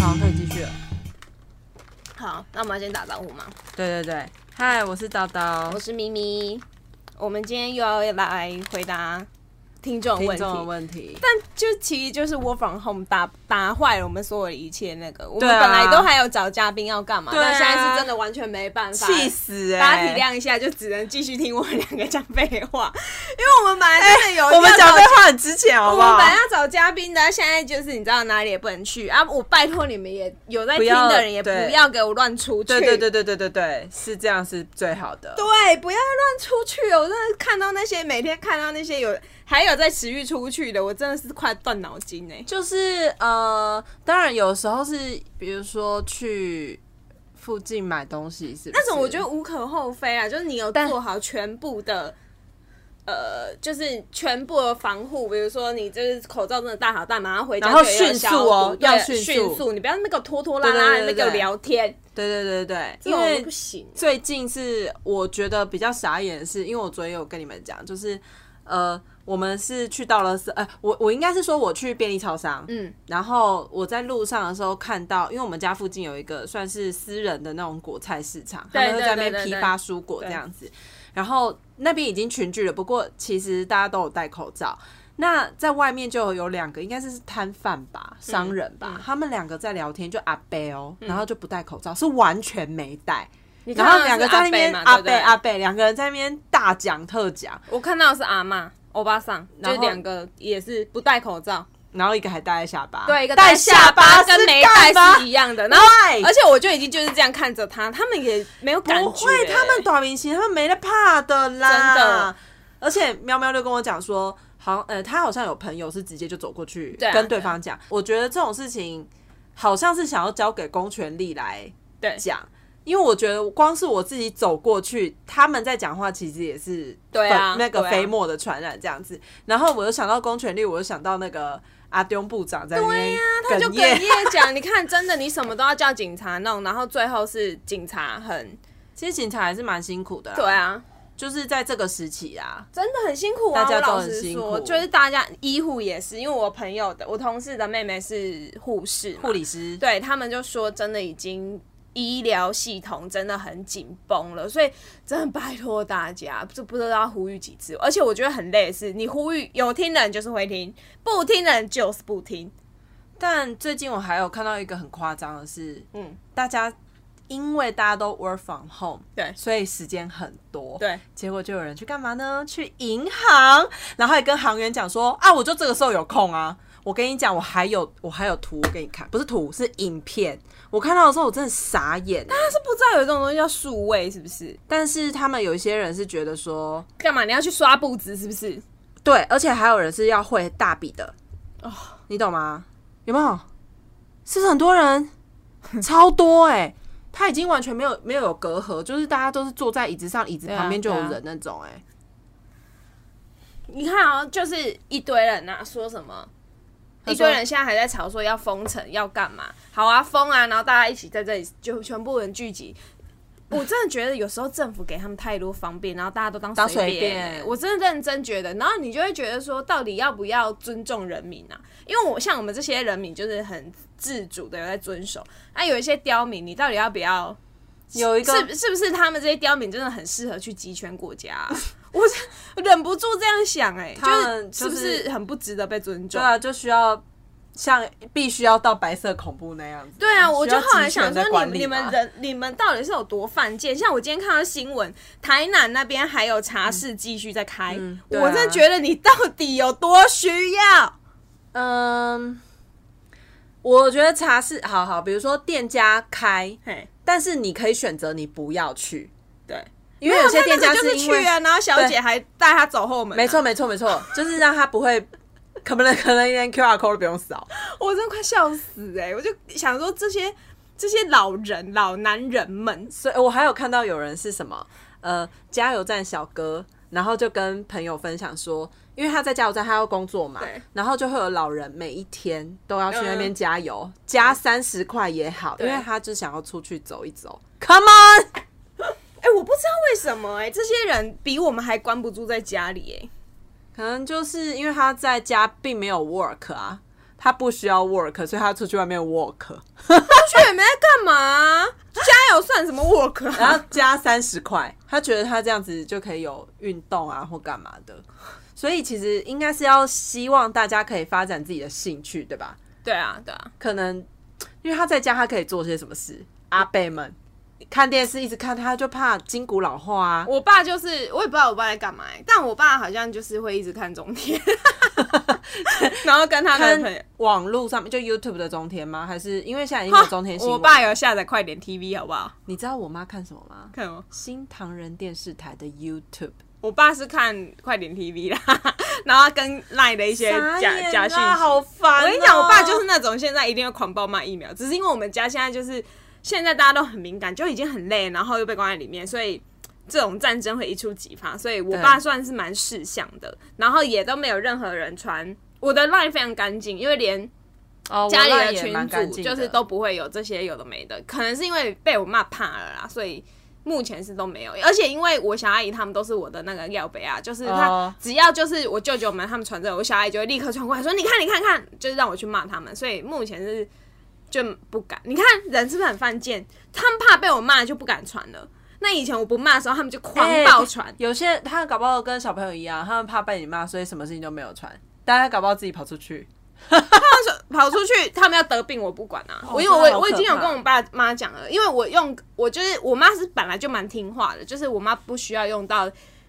好，可以继续了。好，那我们要先打招呼嘛。对对对，嗨，我是叨叨我，是咪咪，我们今天又要来回答听众听问题。众的问题。但就其实就是 work from home 打打坏了我们所有的一切那个，我们对啊本来都还有找嘉宾要干嘛，对啊但现在是真的完全没办法，气死、欸！大家体谅一下，就只能继续听我们两个讲废话， 因为我们本来真的有、哎我们讲废话很值钱，好我不们好本？来要找嘉宾的，现在就是你知道哪里也不能去啊！我拜托你们也有在不听要的人也不对要给我乱出去，对对对对对对对，是这样是最好的。对，不要乱出去哦！我真的看到那些每天看到那些有还有在持续出去的，我真的是快断脑筋哎、就是呃，当然有时候是，比如说去附近买东西是不是，那种我觉得无可厚非啊，就是你有做好全部的，呃，就是全部的防护，比如说你就是口罩真的戴好戴满，然后回家然后就有迅速消毒哦对要迅迅速你不要那个拖拖拉拉的对对对那对对个聊天，对对对对，这因种为不行。最近是我觉得比较傻眼的是，因为我昨天有跟你们讲，就是呃，我们是去到了是，呃，我我应该是说我去便利超商，嗯，然后我在路上的时候看到，因为我们家附近有一个算是私人的那种果菜市场，他对们会在那对边对批对发蔬果这样子。然后那边已经群聚了，不过其实大家都有戴口罩。那在外面就有两个，应该是摊贩嗯吧，商人吧，他们两个在聊天，就阿贝哦，然后就不戴口罩，是完全没戴。你看然后到的是两个在那边阿伯嘛阿对不贝对阿贝，两个人在那边大讲特讲，我看到的是阿嬷、欧巴桑，然就后两个也是不戴口罩，然后一个还戴在下巴，对，一个戴下巴跟是没干嘛戴是一样的，然后对而且我就已经就是这样看着他，他们也没有感觉、欸不会，他们短明星，他们没得怕的啦。真的，而且喵喵就跟我讲说，好像呃，他好像有朋友是直接就走过去对啊跟对方讲。我觉得这种事情好像是想要交给公权力来对讲。因为我觉得光是我自己走过去，他们在讲话，其实也是对啊粉那个对啊飞沫的传染这样子。然后我又想到公权力，我又想到那个阿丢部长在那边啊他就哽嗯哽咽，咽 讲，你看真的，你什么都要叫警察弄，然后最后是警察很其实警察还是蛮辛苦的啦，对啊，就是在这个时期啊，真的很辛苦啊。大家我都老很实辛苦说，就是大家医护也是，因为我朋友的我同事的妹妹是护士嘛，护理师对他们就说真的已经。医疗系统真的很紧绷了，所以真的拜托大家，这不知道要呼吁几次。而且我觉得很累的是，你呼吁有听的人就是会听，不听的人就是不听。但最近我还有看到一个很夸张的是，嗯，大家因为大家都 work from home，对所以时间很多，，对，结果就有人去干嘛呢？去银行，然后还跟行员讲说啊，我就这个时候有空啊。我跟你讲，我还有我还有图给你看，不是图是影片。我看到的时候我真的傻眼、但是不知道有这种东西叫数位，是不是？但是他们有一些人是觉得说，干嘛？你要去刷步子是不是？对，而且还有人是要会大笔的，哦你懂吗？有没有？是不是很多人？ 超多哎、他已经完全没有没有有隔阂，就是大家都是坐在椅子上，椅子对啊旁边就有对啊人那种哎、你看啊、就是一堆人啊，说什么？他一说堆人现在还在吵说要封城，要干嘛？好啊，封啊！然后大家一起在这里，就全部人聚集。我真的觉得有时候政府给他们太多方便，然后大家都当当随随便欸、便我真的认真觉得，然后你就会觉得说，到底要不要尊重人民啊？因为我像我们这些人民就是很自主的有在遵守，那、有一些刁民，你到底要不要啊有一个是是不是他们这些刁民真的很适合去集权国家啊、 我是忍不住这样想、哎，他们就是就是是不是很不值得被尊重对？啊，就需要像必须要到白色恐怖那样子。对啊，我需要就后来集权想在说管你，理你们嘛人你们到底是有多犯贱？像我今天看到新闻，台南那边还有茶室继续在开，嗯对啊我真的觉得你到底有多需要？嗯，我觉得茶室好好，比如说店家开，嘿，但是你可以选择你不要去，对，因为有些没店他那家个就是因为去啊，然后小姐还带他走后门、啊没错，没错没错，就是让他不会， 可能可能连 QR code 都不用扫。我真的快笑死哎、我就想说这些这些老人老男人们，所以我还有看到有人是什么，呃，加油站小哥，然后就跟朋友分享说，因为他在加油站他要工作嘛对，然后就会有老人每一天都要去那边嗯加油，加三十块也好，因对为他就想要出去走一走。Come on，哎、我不知道为什么哎、这些人比我们还关不住在家里哎、可可能就是因为他在家并没有 work 啊，他不需要 work，所以他出去外面 work，去也没在干嘛啊、加油算什么 work 啊？然后加三十块，他觉得他这样子就可以有运动啊或干嘛的。所以其实应该是要希望大家可以发展自己的兴趣，对吧？ 对啊，对啊，可能因为他在家，他可以做些什么事？阿贝们看电视一直看，他就怕筋骨老化啊。我爸就是我也不知道我爸在干嘛欸、但我爸好像就是会一直看中 天，然后跟他的朋友看。网络上面就 YouTube 的中天吗？还是因为现在已经有中天新闻？我爸，有下载快点 TV 好不好？你知道我妈看什么吗？看吗？新唐人电视台的 YouTube，我爸是看快点 TV 啦， 然后跟赖的一些傻眼假啦假讯息。好烦哦我跟你讲，我爸就是那种现在一定会狂暴骂疫苗，只是因为我们家现在就是现在大家都很敏感，就已经很累，然后又被关在里面，所以。这种战争会一触即发，所以我对爸算是蛮识相的，然后也都没有任何人传我的 line 非常干净，因为连哦家里我赖的也蛮群干主净就是的都不会有这些有的没的，可能是因为被我骂怕了啦，所以目前是都没有。而且因为我小阿姨他们都是我的那个廖北啊，就是他哦只要就是我舅舅们他们传这个，我小阿姨就会立刻传过来说：“你看，你看看！”就是让我去骂他们，所以目前是就不敢。你看人是不是很犯贱？他们怕被我骂就不敢传了。那以前我不骂的时候，他们就狂哎暴传。有些人他搞不好跟小朋友一样，他们怕被你骂，所以什么事情都没有传，但他搞不好自己跑出 去。跑出去，他们要得病我不管啊！哦我因为我真的好我已经有可怕跟我爸妈讲了，因为我用我就是我妈是本来就蛮听话的，就是我妈不需要用到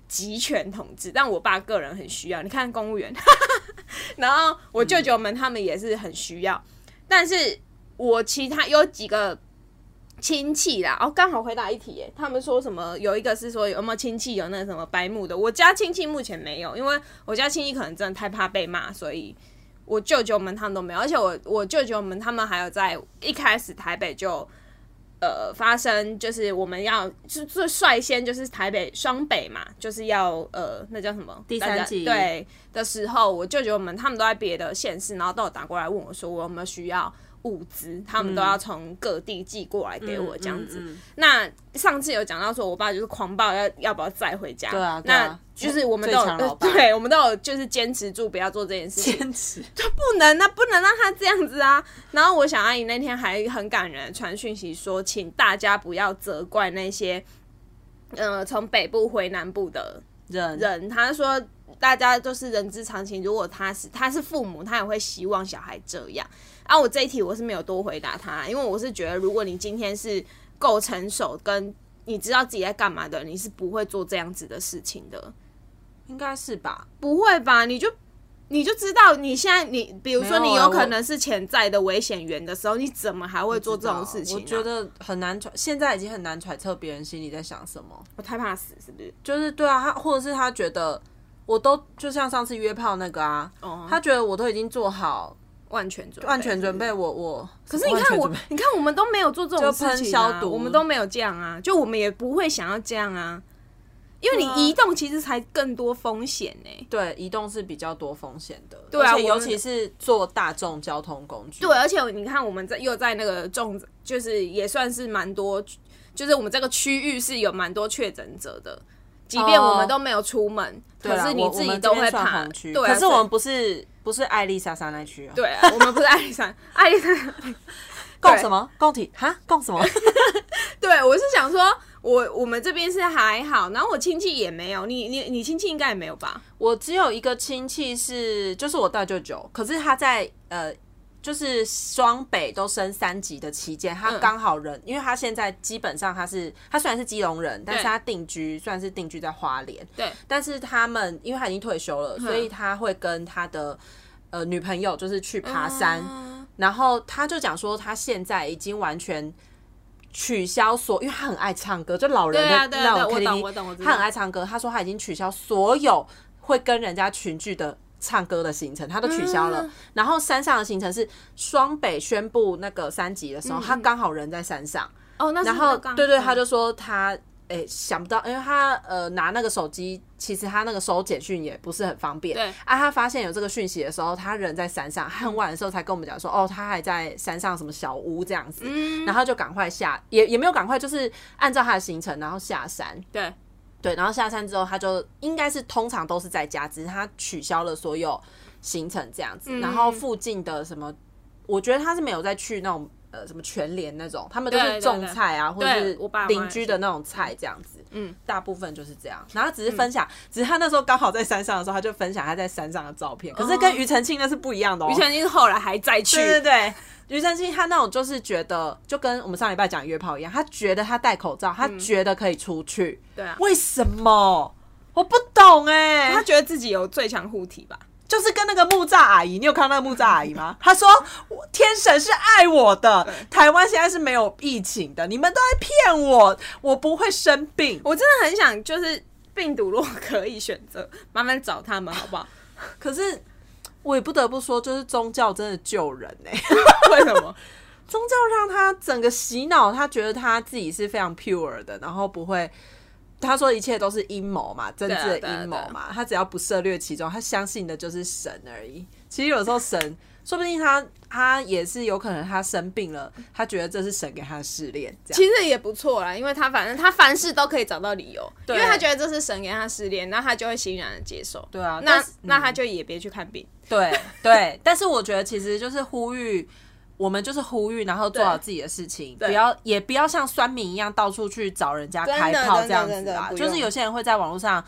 集权统治，但我爸个人很需要。你看公务员， 然后我舅舅们他们也是很需要，但是我其他有几个亲戚啦，哦，刚好回答一题耶，他们说什么？有一个是说有没有亲戚有那个什么白目的，我家亲戚目前没有，因为我家亲戚可能真的太怕被骂，所以我舅舅们他们都没有，而且我我舅舅们他们还有在一开始台北就。呃，发生就是我们要就最率先就是台北双北嘛，就是要呃那叫什么第三大家季对的时候，我舅舅们他们都在别的县市，然后都有打过来问我说我有没有需要物资，他们都要从各地寄过来给我这样子。嗯嗯嗯嗯那上次有讲到说，我爸就是狂暴要要不要载回家，对啊对那啊就是我们都最强有呃老爸对，我们都有就是坚持住不要做这件事情，坚持，不能啊，不能让他这样子啊。然后我小阿姨那天还很感人地传讯息说，请大家不要责怪那些。呃，从北部回南部的忍人，他说大家都是人之常情。如果他是他是父母，他也会希望小孩这样。啊，我这一题我是没有多回答他，因为我是觉得，如果你今天是够成熟，跟你知道自己在干嘛的，你是不会做这样子的事情的。应该是吧？不会吧？你就你就知道你现在你，比如说没有你啊有我可能是潜在的危险源的时候，你怎么还会做这种事情、啊？我觉得很难揣，现在已经很难揣测别人心里在想什么。我太怕死，是不是？就是对啊，他或者是他觉得我都就像上次约炮那个啊，哦他觉得我都已经做好万全准备万全准备，我我可可是你看我，你看我们都没有做这种就事喷情、啊，消毒我们都没有这样啊，就我们也不会想要这样啊，因为对啊你移动其实才更多风险欸呢、 对移动是比较多风险的，对啊而且我尤们其是坐大众交通工具，对，而且你看，我们在又在那个重，就是也算是蛮多，就是我们这个区域是有蛮多确诊者的，即便我们都没有出门，对可啊，是你我自我己们都这边会算怕。红区对啊，可是我所以们不是不是艾丽莎莎那区、哦，对 啊，我们不是艾丽莎，艾丽莎，供什么供体哈供什么？对我是想说，我我们这边是还好，然后我亲戚也没有，你你你亲戚应该也没有吧？ 我只有一个亲戚是，就是我大舅舅，可是他在呃，就是双北都升三级的期间，他嗯刚好人，因为他现在基本上他是，他虽然是基隆人，但是他定居算是定居在花莲，对，但是他们因为他已经退休了，所以他会跟他的呃女朋友就是去爬山，啊然后他就讲说，他现在已经完全取消所，因为他很爱唱歌，就老人对啊的对啊那对种我 KTV，、懂我懂我知道他很爱唱歌。他说他已经取消所有会跟人家群聚的唱歌的行程，他都取消了。嗯然后山上的行程是双北宣布那个三级的时候，嗯他刚好人在山上，哦，那是然后刚对对，嗯他就说他。哎、想不到，因为他呃拿那个手机，其实他那个收简讯也不是很方便。对啊，他发现有这个讯息的时候，他人在山上，他很晚的时候才跟我们讲说，哦，他还在山上什么小屋这样子，嗯然后就赶快下，也也没有赶快，就是按照他的行程，然后下山。对对，然后下山之后，他就应该是通常都是在家，只是他取消了所有行程这样子。然嗯后附近的什么，我觉得他是没有再去那种呃什么全联那种，他们都对是对种对菜啊，或对者是我爸妈邻也居是的那种菜这样子。嗯，大部分就是这样。然后只是分享，只是他那时候刚好在山上的时候，他就分享他在山上的照片，可是跟哦庾澄庆那是不一样的哦。庾澄庆后来还再去，对对对，庾澄庆他那种就是觉得，就跟我们上礼拜讲约炮一样，他觉得他戴口罩，他觉得可以出去，嗯对啊，为什么？我不懂哎、他他觉得自己有最强护体吧？就是跟那个木栅阿姨，你有看到那个木栅阿姨 吗？她说我天神是爱我的，台湾现在是没有疫情的，你们都在骗我，我不会生病。我真的很想，就是病毒如果可以选择，麻烦找他们好不好？可是我也不得不说，就是宗教真的救人哎、为什么？宗教让他整个洗脑，他觉得他自己是非常 pure 的，然后不会。他说一切都是阴谋嘛，政治的对啊对啊阴谋嘛，他只要不涉略其中，他相信的就是神而已。其实有时候神，说不定他他也是有可能他生病了，他觉得这是神给他的试炼，这样 其实也不错啦，因为他反正他凡事都可以找到理由，因对为他觉得这是神给他失恋，那他就会欣然的接受。对啊那但是那他就也别去看病。对对。但是我觉得其实就是呼吁，我们就是呼吁，然后做好自己的事情，对不要也不要像酸民一样到处去找人家真的开炮真的这样真子的啊。不用就是有些人会在网络上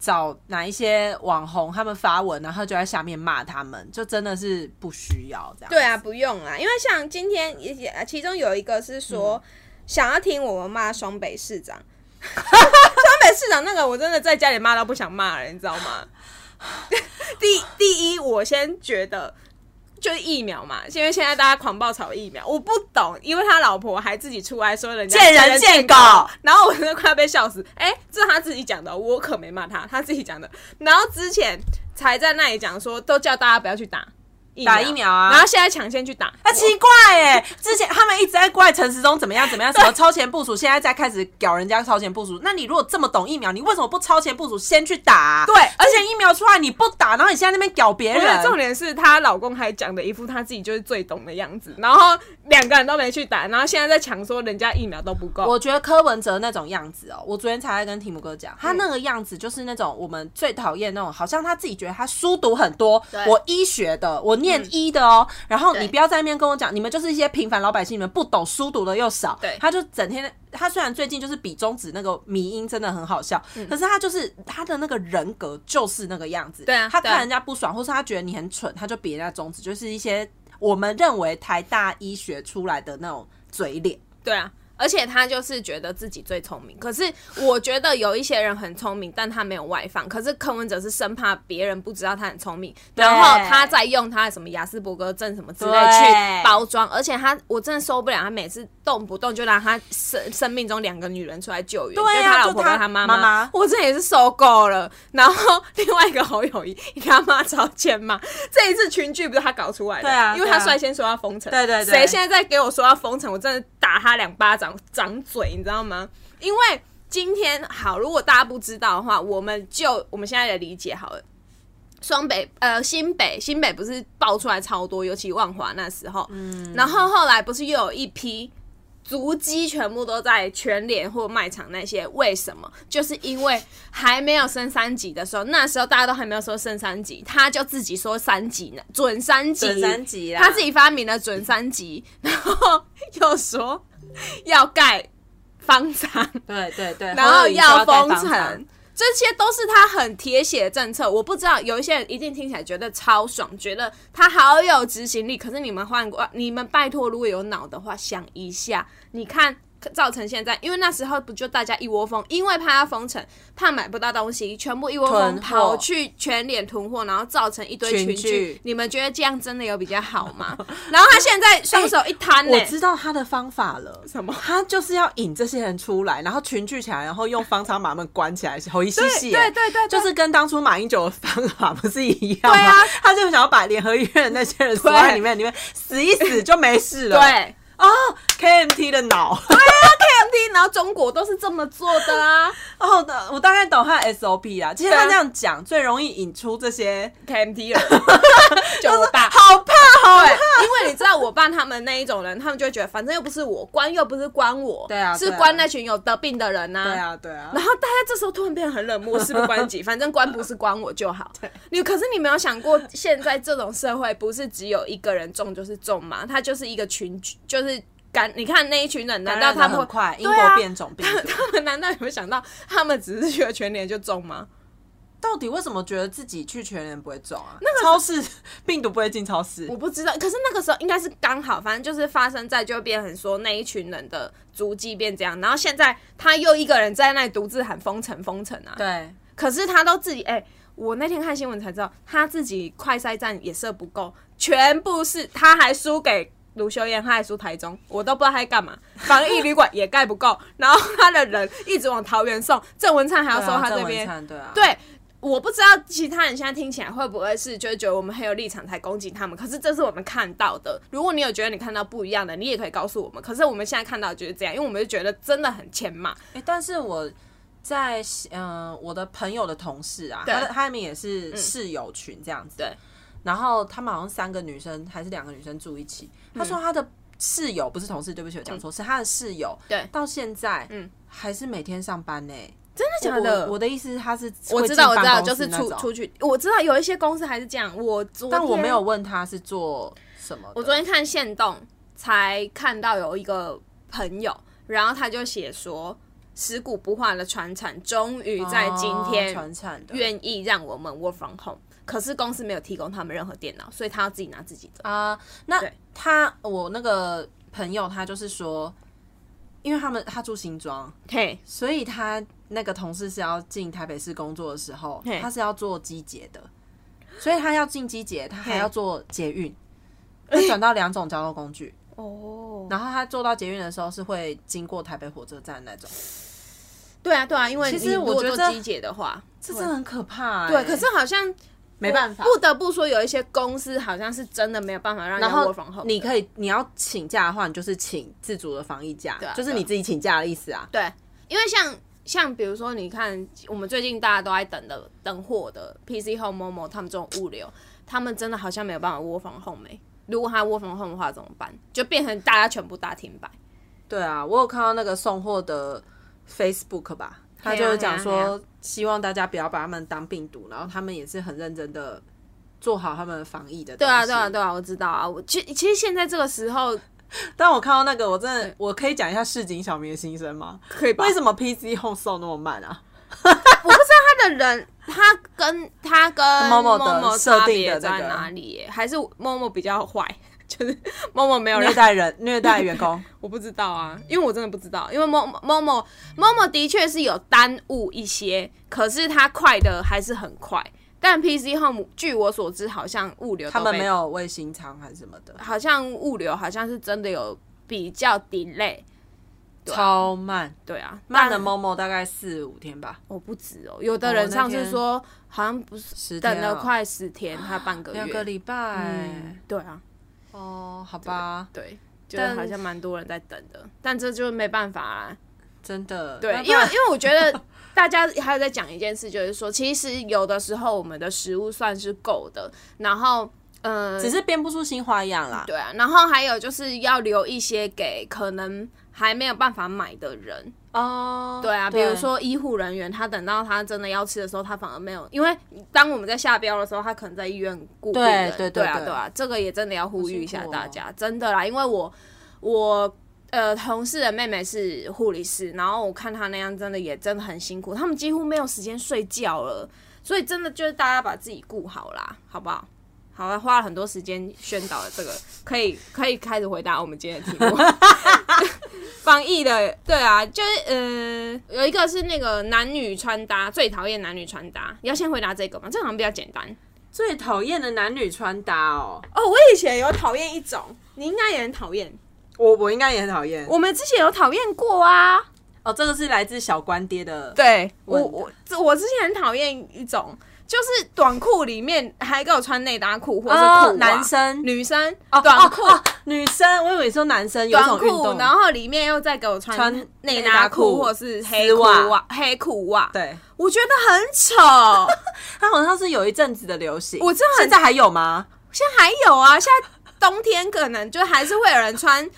找哪一些网红他们发文，然后就在下面骂他们，就真的是不需要这样。对啊，不用啦，因为像今天也也，其中有一个是说、嗯想要听我们骂双北市长， 双北市长那个我真的在家里骂到不想骂了，你知道吗？ 第第一，我先觉得。就是疫苗嘛，因为现在大家狂暴炒疫苗，我不懂，因为他老婆还自己出来说人家见人见狗然后我真的快要被笑死。哎、这是他自己讲的，我可没骂他，他自己讲的。然后之前才在那里讲说，都叫大家不要去打疫苗打疫苗啊然后现在抢先去打。啊，奇怪哎、之前他们一直在怪陈时中怎么样怎么样，什么超前部署，现在在开始搞人家超前部署。那你如果这么懂疫苗，你为什么不超前部署先去打啊、对而且疫苗出来你不打，然后你现在那边搞别我觉得人，重点是她老公还讲的一副她自己就是最懂的样子，然后两个人都没去打，然后现在在抢说人家疫苗都不够。我觉得柯文哲那种样子哦，我昨天才在跟提姆哥讲，他嗯那个样子就是那种我们最讨厌那种，好像他自己觉得他书读很多对，嗯我医学的，我念医的哦，然后对你不要在那边跟我讲，你们就是一些平凡老百姓，你们不懂书读的又少，对他就整天。他虽然最近就是比中指那个迷音真的很好笑，嗯可是他就是他的那个人格就是那个样子。对啊他对啊看人家不爽，或是他觉得你很蠢，他就比人家中指，就是一些我们认为台大医学出来的那种嘴脸。对啊，而且她就是觉得自己最聪明，可是我觉得有一些人很聪明，但他没有外放。可是柯文哲是生怕别人不知道他很聪明，然后他再用他的什么雅斯伯格症什么之类对去包装，而且他我真的受不了，他每次动不动就让他生生命中两个女人出来救援，对啊就是他老婆就他跟他妈妈妈我这也是受够了。然后另外一个侯友谊，你跟他妈吵架嘛，这一次群聚不是他搞出来的，对啊因为他对啊率先说要封城，对对对谁现在在给我说要封城，我真的打他两巴掌，掌嘴，你知道吗？因为今天好，如果大家不知道的话，我们就我们现在来理解好了。双北呃新北新北不是爆出来超多，尤其万华那时候，嗯，然后后来不是又有一批足迹全部都在全联或卖场那些，为什么？就是因为还没有升三级的时候，那时候大家都还没有说升三级，他就自己说三级呢，准三级，准三级啦他自己发明了准三级，然后又说要盖方舱，对对对，然后有要封防城，这些都是他很铁血的政策。我不知道有一些人一定听起来觉得超爽，觉得他好有执行力。可是你们换过，你们拜托，如果有脑的话，想一下，你看。造成现在，因为那时候不就大家一窝蜂，因为怕要封城，怕买不到东西，全部一窝囤蜂货跑去全脸囤货，然后造成一堆群群聚聚。你们觉得这样真的有比较好吗？ 然后他现在双手一摊、呢。我知道他的方法了，什么他就是要引这些人出来，然后群聚起来，然后用方舱把他们关起来，好一细细，对对对对就是跟当初马英九的方法不是一样吗？对啊，他就想要把联合医院的那些人锁在里面，里面死一死就没事了。对，哦，KMT 的脑，对啊，厅，然后中国都是这么做的 啊。 哦，的我大概懂他的 SOP 啦。其实对他啊这样讲，最容易引出这些 KMT 了，就我爸。好怕哦好对怕。，因为你知道我爸他们那一种人，他们就会觉得反正又不是我关，又不是关我，对啊是对啊关那群有得病的人呐、对啊，对啊然，后大家这时候突然变得很冷漠，事不关己，反正关不是关我 就好。你可是你没有想过，现在这种社会不是只有一个人中就是中嘛，他就是一个群居，就是感。你看那一群人，难道他感染得们很快？英对啊国变种病毒，他们难道有没有想到，他们只是去了全年就中吗？到底为什么觉得自己去全联不会中啊？那个超市 病毒不会进超市我，不知道，可是那个时候应该是刚好，反正就是发生在就变成说那一群人的足迹变这样，然后现在他又一个人在那里独自喊封城封城啊，对，可是他都自己哎、我那天看新闻才知道，他自己快筛站也射不够，全部是他还输给卢修燕，他还输台中，我都不知道他在干嘛。防疫旅馆也盖不够，然后他的人一直往桃园送，郑文灿还要对收啊他这郑文边，灿对啊，对。我不知道其他人现在听起来会不会是就是觉得我们很有立场才攻击他们，可是这是我们看到的。如果你有觉得你看到不一样的，你也可以告诉我们。可是我们现在看到的就是这样，因为我们就觉得真的很欠骂。欸但是我在嗯、呃我的朋友的同事啊，对嗯他的他们也是室友群这样子，对。然后他们好像三个女生还是两个女生住一起，嗯他说他的室友不是同事，对不起，我讲错，是他的室友，对到现在嗯还是每天上班呢、真我我我的意思，他是我会知道，我进知办道，公就室是那出种出去，我知道有一些公司还是这样。我昨但我天没有，问他是做什么的，我昨天看线动才看到有一个朋友，然后他就写说，食古不化的传产终于在今哦天传产的愿意让我们 work from home，可是公司没有提供他们任何电脑，所以他要自己拿自己的。啊、那对他我那个朋友他就是说，因为他们他住新庄，嘿，所以他那个同事是要进台北市工作的时候嘿，他是要做机捷的，所以他要进机捷，他还嘿要做捷 运，会转到两种交通工具。哦，然后他坐到捷运的时候是会经过台北火车站那种，对啊，对啊，因为其实你如我果觉做得机姐的话，这真的很可怕、欸。对，可是好像没办法。不得不说，有一些公司好像是真的没有办法让然人家 work 后 from home 呃的。你可以，你要请假的话，你就是请自主的防疫假对啊，就是你自己请假的意思啊。对，因为像像比如说，你看我们最近大家都在等的等货的 PC Home、Momo 他们这种物流，他们真的好像没有办法窝房 home 欸如果他窝房 home 的话怎么办？就变成大家全部大停摆。对啊，我有看到那个送货的 Facebook 吧，他对啊就是讲对啊说，希望大家不要把他们当病毒，然后他们也是很认真的做好他们防疫的。对啊，对啊，。对啊，我知道啊。我其其实现在这个时候但我看到那个，我真的，我可以讲一下市井小民的心声吗？可以吧为什么 PC Home 送那么慢啊？他的人，他跟他跟 Momo 的设差定别的那在个哪里欸、还是 Momo 比较坏？ 就是 Momo 没有让虐待人，虐待员工。我不知道啊，因为我真的不知道，因为 Momo Momo Momo 的确是有耽误一些，可是它快的还是很快。但 PC Home 据我所知，好像物流都他们被没，有卫星舱还是什么的，好像物流好像是真的有比较 delay。对啊超慢，对啊，慢了但 Momo 大概四五天吧，我不止哦，有的哦人那上次天说好像不是十天等了啊快十天，还半个月。两个礼拜嗯。，对啊，哦，好吧，对，就是好但像蛮多人在等的，但这就是没办法啦、真的，对，那不因为然因为我觉得大家还有在讲一件事，就是说，其实有的时候我们的食物算是够的，然后呃，只是变不出新花样啦。对啊，然后还有就是要留一些给可能还没有办法买的人，哦，对啊，比如说医护人员，他等到他真的要吃的时候，他反而没有，因为当我们在下标的时候，他可能在医院顾病对人，对对对啊，对对啊，这个也真的要呼吁一下好辛苦哦大家，真的啦，因为我我呃同事的妹妹是护理师，然后我看她那样真的也真的很辛苦，他们几乎没有时间睡觉了，所以真的就是大家把自己顾好啦，好不好？好了，花了很多时间宣导了这个，可以可以开始回答我们今天的题 目。 防疫的，对啊，就是呃，有一个是那个男女穿搭，最讨厌男女穿搭。你要先回答这个吗？这个好像比较简单。最讨厌的男女穿搭哦，哦，我以前有讨厌一种，你应该也很讨厌。我我应该也很讨厌。我们之前有讨厌过啊。哦，这个是来自小关爹的，对，我问我这我之前很讨厌一种，就是短裤里面还给我穿内搭裤或者是裤哦袜、男生女生哦短裤、哦哦女生，我以为你说男生有一短种运裤，动，然后里面又再给我穿穿内内搭搭裤裤或者是黑丝裤袜袜、黑裤袜，对，我觉得很丑。 它好像是有一阵子的流行，我知道现很在还有吗？现在还有啊，现在冬天可能就还是会有人穿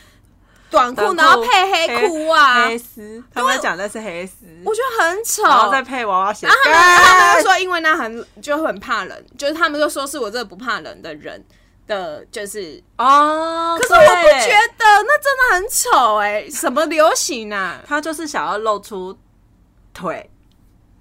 短裤，短裤然后配黑裤袜，黑丝，啊他们讲的是黑丝，我觉得很丑。然后再配娃娃鞋，他们他们就说，因为那很就很怕冷，就是他们就说是我这个不怕冷的人的，就是。哦，可是我不对觉得，那真的很丑哎、什么流行啊？他就是想要露出腿，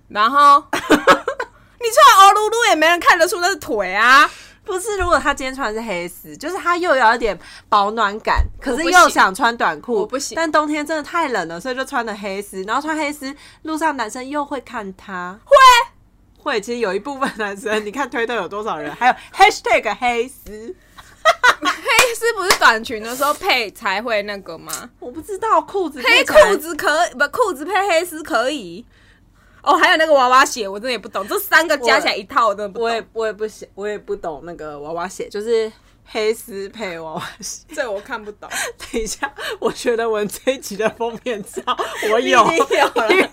然后你穿欧露露也没人看得出那是腿啊，不是？如果他今天穿的是黑丝，就是他又有一点保暖感，可是我不又行想穿短裤，我不行但冬天真的太冷了，所以就穿了黑丝，然后穿黑丝，路上男生又会看他，会会。其实有一部分男生，你看推特有多少人，还有 hashtag 黑丝，黑丝不是短裙的时候配才会那个吗？我不知道裤子黑配起来裤子可不裤子配黑丝可以。哦，还有那个娃娃鞋，我真的也不懂，这三个加起来一套，我真的不懂。我也我也不写，我也不懂那个娃娃鞋，就是黑丝配娃娃鞋。这我看不懂。 等一下，我觉得我这一集的封面 照我有，你已经有了因为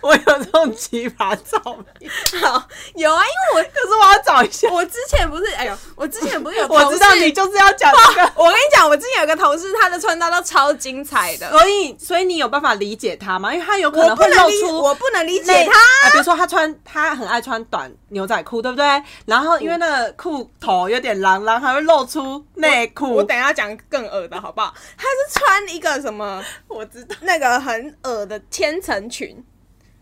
我有这种奇葩照片， 好，有啊，因为可是我要找一下 我。我之前不是，哎呦，我之前不是有我知道同事你就是要讲这 个， 我跟你讲，我之前有个同事，他的穿搭都超精彩的，所以哦所以你有办法理解他吗？因为他有可 我能不会能露理，出我不能理内解他。啊比如说他穿，他很爱穿短牛仔裤，对不对？然后因为那个裤头有点狼狼，还会露出内我裤。等一下讲更恶的好不好？他是穿一个什 么我知道。那个很恶的千层裙，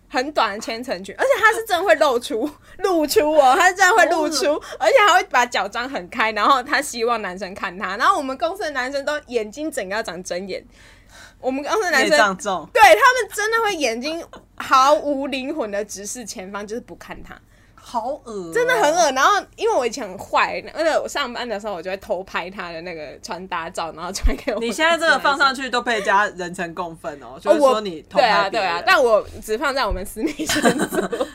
很短的千层裙，而且它是真的会露出 露出哦，它是真的会露出，而且还会把脚张很开，然后他希望男生看他，然后我们公司的男生都眼睛整个要长针眼，我们公司的男内脏生。重，对他们真的会眼睛毫无灵魂的直视前方，就是不看他，好恶、哦真的很。恶。然后因为我以前很坏，那个我上班的时候我就会偷拍他的那个穿搭照，然后传给我。哦你现在这个放上去都被加人成共愤哦，就是我说你偷对啊拍对别啊人，但我只放在我们私 密群组。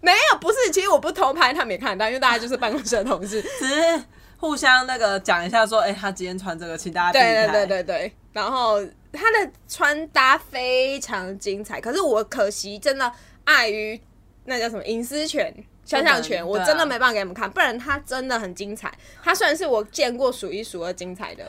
没有，不是，其实我不偷拍，他们也看得到，因为大家就是办公室的同事。只是互相那个讲一下说，哎、他今天穿这个，请大家避对开对对对对，然后他的穿搭非常精彩，可是我可惜真的碍于那叫什么隐私权。肖像权，不能我对啊真的没办法给你们看，不然他真的很精彩。他虽然是我见过数一数二精 彩的，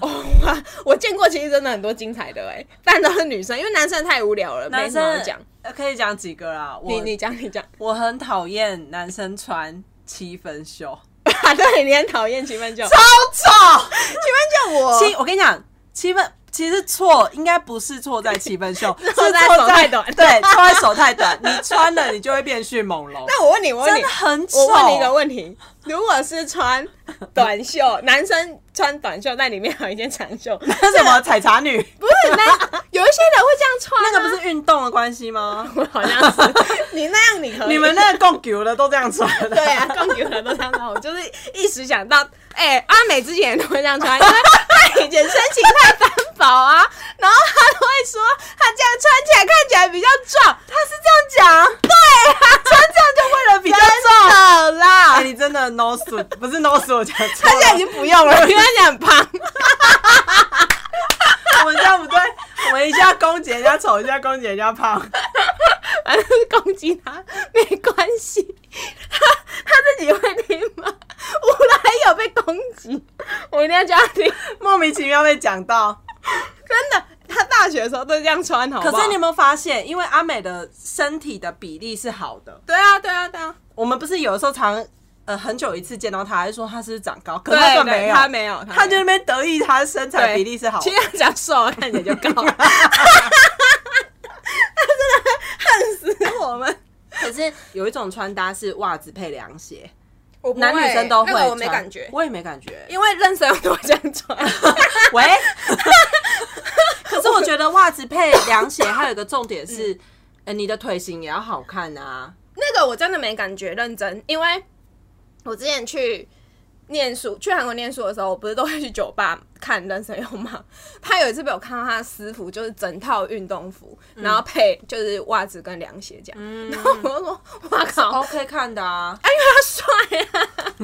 哦，哇我见过其实真的很多精彩的哎、但都是女生，因为男生太无聊了，没男什么生好讲。呃可以讲几个啦，我你你讲你讲， 我很讨厌男生穿七分袖，啊，对，你很讨厌奇门就好丑。奇门就我七，我跟你讲，七分其实错应该不是错在七分 袖，是错在手太短对，错在手太短，你穿了你就会变迅猛龙，那我问你，我问真你的，很丑。我问你一个问题：如果是穿短袖，男生穿短袖，但里面还有一件长 袖，不那什么采茶女，是啊那有一些人会这样穿、那个不是运动的关系吗？ 我好像是你那样，你可以你们那个供球的都这样穿的，对 啊，共有人都这样穿，我 就是一时想到，哎、阿美之前也都会这样 穿，因为她以前身形太单薄啊，然后她都会说她这样穿起来看起来比较壮，她是这样讲，对啊，穿这样就为了比较壮啦哎、，你真的 no suit，不是 no suit，我讲错她现在已了。经不用 了，因为她现在很胖，我们这样不对，我们一下攻击人家丑，一下攻击人家胖。反正是 攻击她没关系， 她她自己会听吗？ 我来有被攻击，我一定要叫她听。莫名其妙被讲到。 真的，他大学的时候都这样穿，好不可好？是你有没有发现，因为阿美的身体的比例是好的，对啊，对啊，对啊，我们不是有的时候常呃很久一次见到她，还说她是不是长高，可对是她根本没对有，他没有，她就在那没 有边得意她身材对比例是好的其。实他长瘦，看起来就高，他真的恨死我们。可是有一种穿搭是袜子配凉鞋，我不会男女生都会，那个我没感觉，我也没感觉。因为认识很多这样穿，喂，可是我觉得袜子配凉鞋还有一个重点是，呃，你的腿型也要好看啊。那个我真的没感觉，认真，因为我之前去念书去韩国念书的时候，我不是都会去酒吧看《人生有吗》？ 他有一次被我看到他的私服，就是整套运动服，嗯然后配就是袜子跟凉鞋这样。然后我就说：“哇靠， OK 看的啊，帅啊！”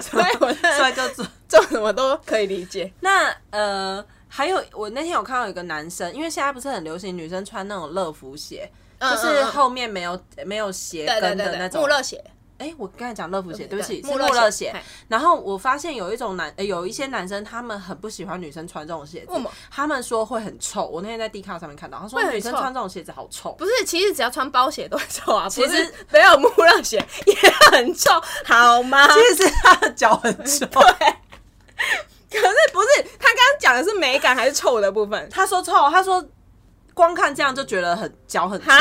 所以我真帅的就准。做什么都可以理解。那呃，还有我那天有看到有个男生，因为现在不是很流行女生穿那种乐福鞋，就是嗯嗯后面没有没有鞋对对 跟对的那对，种。穆勒鞋，哎、我刚才讲乐福鞋，对不起，是穆穆勒鞋鞋。。然后我发现有一种男、呃有一些男生他们很不喜欢女生穿这种鞋子为什么，他们说会很臭。我那天在 d 卡上面看到，他说会很女生臭穿这种鞋子好臭。不是，其实只要穿包鞋都会臭啊。其其实实没有穆勒鞋也很臭，好吗？其实他的脚很 臭。可是不是，他刚刚讲的是美感还是臭的部 分？他说臭，他说光看这样就觉得很脚很臭哈，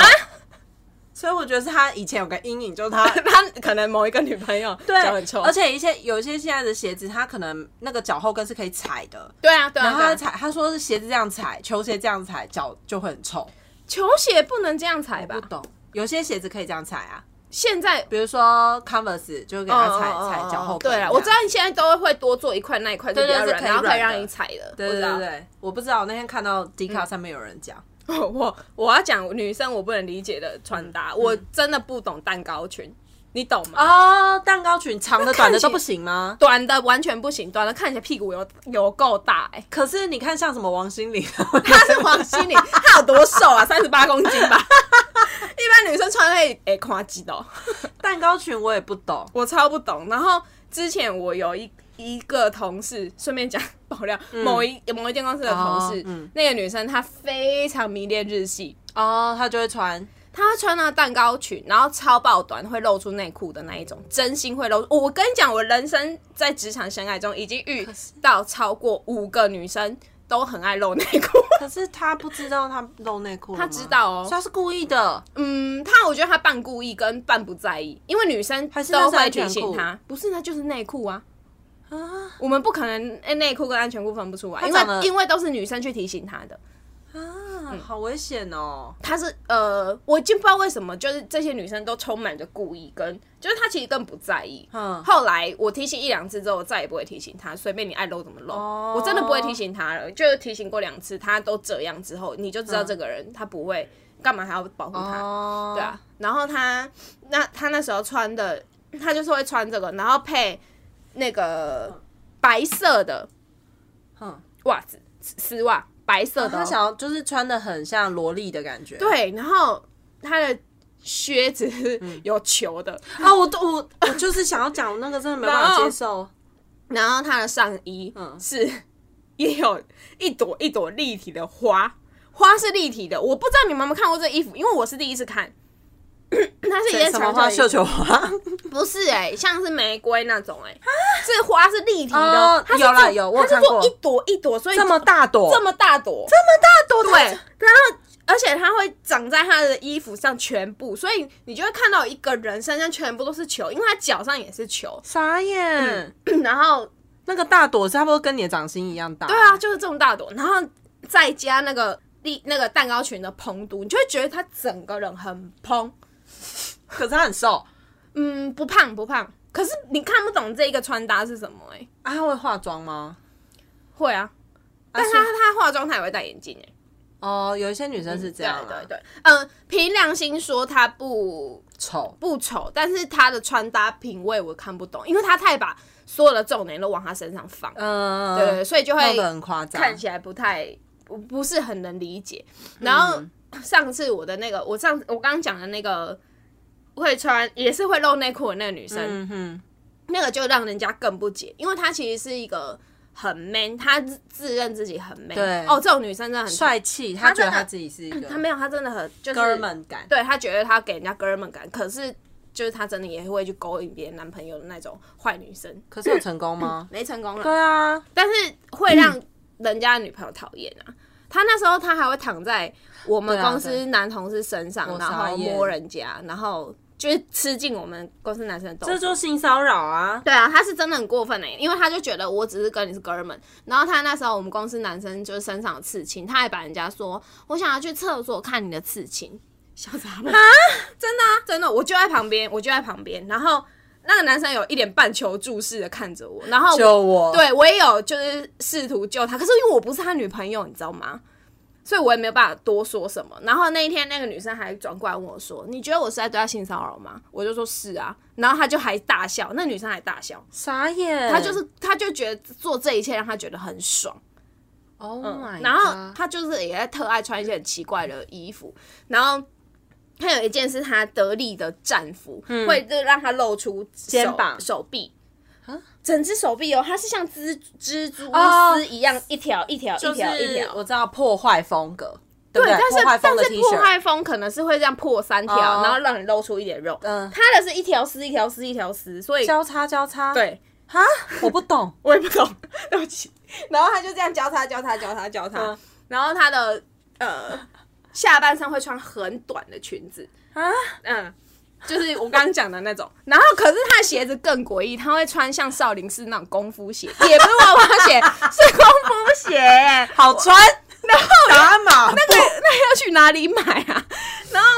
所以我觉得是他以前有个阴影，就是他。他可能某一个女朋友对脚很，臭，而且一些有一些现在的鞋子，它可能那个脚后跟是可以踩的，对啊对啊，然后对他啊踩，他说是鞋子这样踩，球鞋这样踩，脚就会很臭。球鞋不能这样踩吧不？懂，有些鞋子可以这样踩啊，现在。比如说 Converse 就给他踩、哦哦哦踩脚后跟这对样。啊，我知道你现在都会多做一块那一块就比较对对是软，可以然后可以软的让你踩的。对。我对知道对对，我不知道，我嗯那天看到 d 卡上面有人讲， 我我要讲女生我不能理解的穿搭，我真的不懂蛋糕裙，你懂吗？哦，蛋糕裙长的看短的起都不行吗？短的完全不行，短的看起来屁股有有够大哎、可是你看，像什么王心凌，她是王心凌，她有多瘦啊？三十八公斤 吧。一般女生穿会诶夸几的， 蛋糕裙我也不懂，我超不懂。然后之前我有一一个同事，顺便讲爆料，某一某一间公司的同事，嗯哦嗯那个女生她非常迷恋日系，哦，他就会穿，她会穿那个蛋糕裙，然后超爆短，会露出内裤的那一种，真心会露出。我我跟你讲，我人生在职场生涯中已经遇到超过五个女生都很爱露内裤。可是他不知道他露内裤了吗，他知道哦所以他是故意的，啊嗯，他我觉得他半故意跟半不在意，因为女生还是那都是安会全提醒裤他，不是那就是内裤啊。我们不可能诶内裤跟安全裤分不出来，因长得为因为都是女生去提醒他的。嗯啊，好危险哦，他是呃，我已经不知道为什么，就是这些女生都充满着故意跟，就是她其实更不在意。嗯，后来我提醒一两次之后，我再也不会提醒她，随便你爱露怎么露，哦我真的不会提醒她了。就是提醒过两次，她都这样之后，你就知嗯道这个人他不会干嘛还要保护她。哦，对啊，，然后他那他那时候穿的，他就是会穿这个，然后配那个白色的嗯，袜子丝丝袜，白色的哦、他想要就是穿的很像萝莉的感觉，对，然后他的靴子是有球的，啊，我都我我就是想要讲，我那个真的没办法接 受。然后他的上衣嗯是也有一朵一朵立体的花，花是立体的，我不知道你们有没有看过这衣服，因为我是第一次看。 它是一件什么长花？袖的衣绣球服花？不是哎、像是玫瑰那种哎、是花是立体的，啊哦它是有啦做有我有它看是做过一朵一朵，所以这么大朵，这么大朵，这么对，大朵，，然后而且它会长在它的衣服上全部，所以你就会看到一个人身上全部都是球，因为他脚上也是球 傻眼。然后那个大朵是差不多跟你的掌心一样大。对啊，就是这种大朵，然后再加那个立那个蛋糕裙的蓬度，你就会觉得他整个人很蓬，可是他很瘦嗯，不胖不胖，可是你看不懂这一个穿搭是什么哎、啊，他会化妆吗？会啊，啊但是他他化妆他也会戴眼镜哎、哦，有一些女生是这样啊，对对对，嗯，凭良心说，她不丑不丑，但是她的穿搭品味我看不懂，因为她太把所有的重点都往她身上放，嗯，对对对，所以就弄会得很夸张。看起来不太不不是很能理解。然后上次我的那个，我上我刚刚讲的那个会穿也是会露内裤的那个女生，嗯哼，那个就让人家更不解，因为她其实是一个很 man，她自自认自己很 man，对哦，这种女生真的很帅气，他觉得真的他自己是一她个没有，她真的很就是哥们感。对他觉得他给人家哥们感，可是就是他真的也会去勾引别人男朋友的那种坏女生，可是有成功吗？没成功了，对啊，但是会让人家女朋友讨厌啊。他那时候他还会躺在我们对啊公司男同事身上，我然傻后眼摸人家，然后就是吃进我们公司男生的兜这风。就是性骚扰啊。对啊，他是真的很过分哎、因为他就觉得我只是跟你是哥们，然后他那时候我们公司男生就是身上有刺青，他还把人家说我想要去厕所看你的刺青，小杂毛啊，真的啊，真的，我就在旁边，我就在旁边，然后那个男生有一脸半求助式的看着我，然后救我对我也有就是试图救他，可是因为我不是他女朋友，你知道吗？所以我也没有办法多说什么。然后那一天，那个女生还转过来问我说：“你觉得我是在对他性骚扰吗？”我就说：“是啊。”然后他就还大笑，那女生还大笑，傻眼，他就是他就觉得做这一切让他觉得很爽。 Oh my，然后 God 他就是也在特爱穿一些很奇怪的衣服，然后他有一件是他得力的战服，会就让他露出手嗯肩膀啊手臂。整只手臂哦，它是像蜘蜘蛛哦丝一样，一条一条一就条一是条。我知道破坏风格，对不对，但破坏风是但的是 T 破恤，坏风可能是会这样破三条，哦然后让你露出一点肉。嗯它的是一条丝一条丝一条丝，所以交叉交叉，，对哈，我不懂我也不懂，对不起。然后他就这样交叉交叉交叉交叉，嗯然后他的呃下半身会穿很短的裙子，啊，嗯，就是我刚刚讲的那种。然后可是他的鞋子更诡异，他会穿像少林寺那种功 夫鞋，也不是娃娃鞋，是功夫鞋耶。好 穿，然后打码那那那要去哪里买啊？然后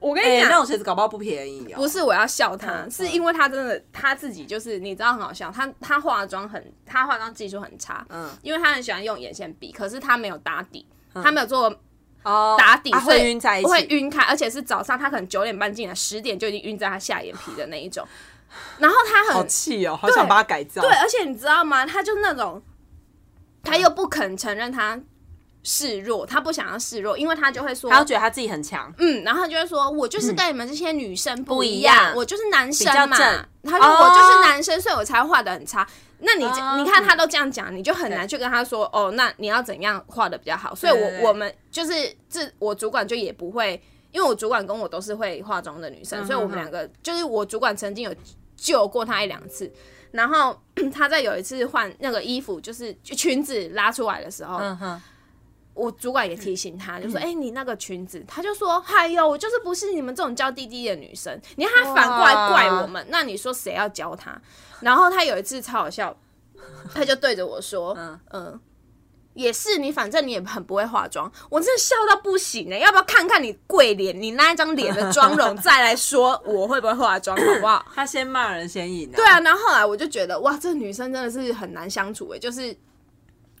我跟你讲，哎那种鞋子搞不好不便宜哦，不是我要笑他，嗯是因为他真的他自己就是你知道很好笑，他他化妆很他化妆技术很差，嗯因为他很喜欢用眼线笔，可是他没有打底，他没有做哦，打底，啊所以会晕在一会起，晕开，而且是早上他可能九点半进来，十点就已经晕在他下眼皮的那一种，然后他好很气哦，好想把它改造，对，而且你知道吗？他就那种，他又不肯承认他示弱，他不想要示弱，因为他就会说他要觉得他自己很强，嗯，然后他就会说，我就是跟你们这些女生嗯不不一一样我就是男生比较嘛正。他说哦我就是男生，所以我才画的很差。那你这、哦你看他都这样讲，你就很对难去跟他说哦，那你要怎样画的比较好？所以我对对对我们就是这我主管就也不会，因为我主管跟我都是会化妆的女生，嗯所以我们两个就是我主管曾经有救过他一两次。然后嗯他在有一次换那个衣服，就是裙子拉出来的时候，嗯哼，我主管也提醒他，就说：“哎、你那个裙子。”他就说：“嗨呦，我就是不是你们这种娇滴滴的女生。”你看他反过来怪我们，那你说谁要教他？然后他有一次超好笑，他就对着我说：“嗯也是你，反正你也很不会化妆。”我真的笑到不行欸呢、要不要看看你跪脸，你那一张脸的妆容，再来说我会不会化妆，好不好？他先骂人先赢，对，啊，然后后来我就觉得，哇，这女生真的是很难相处诶，就是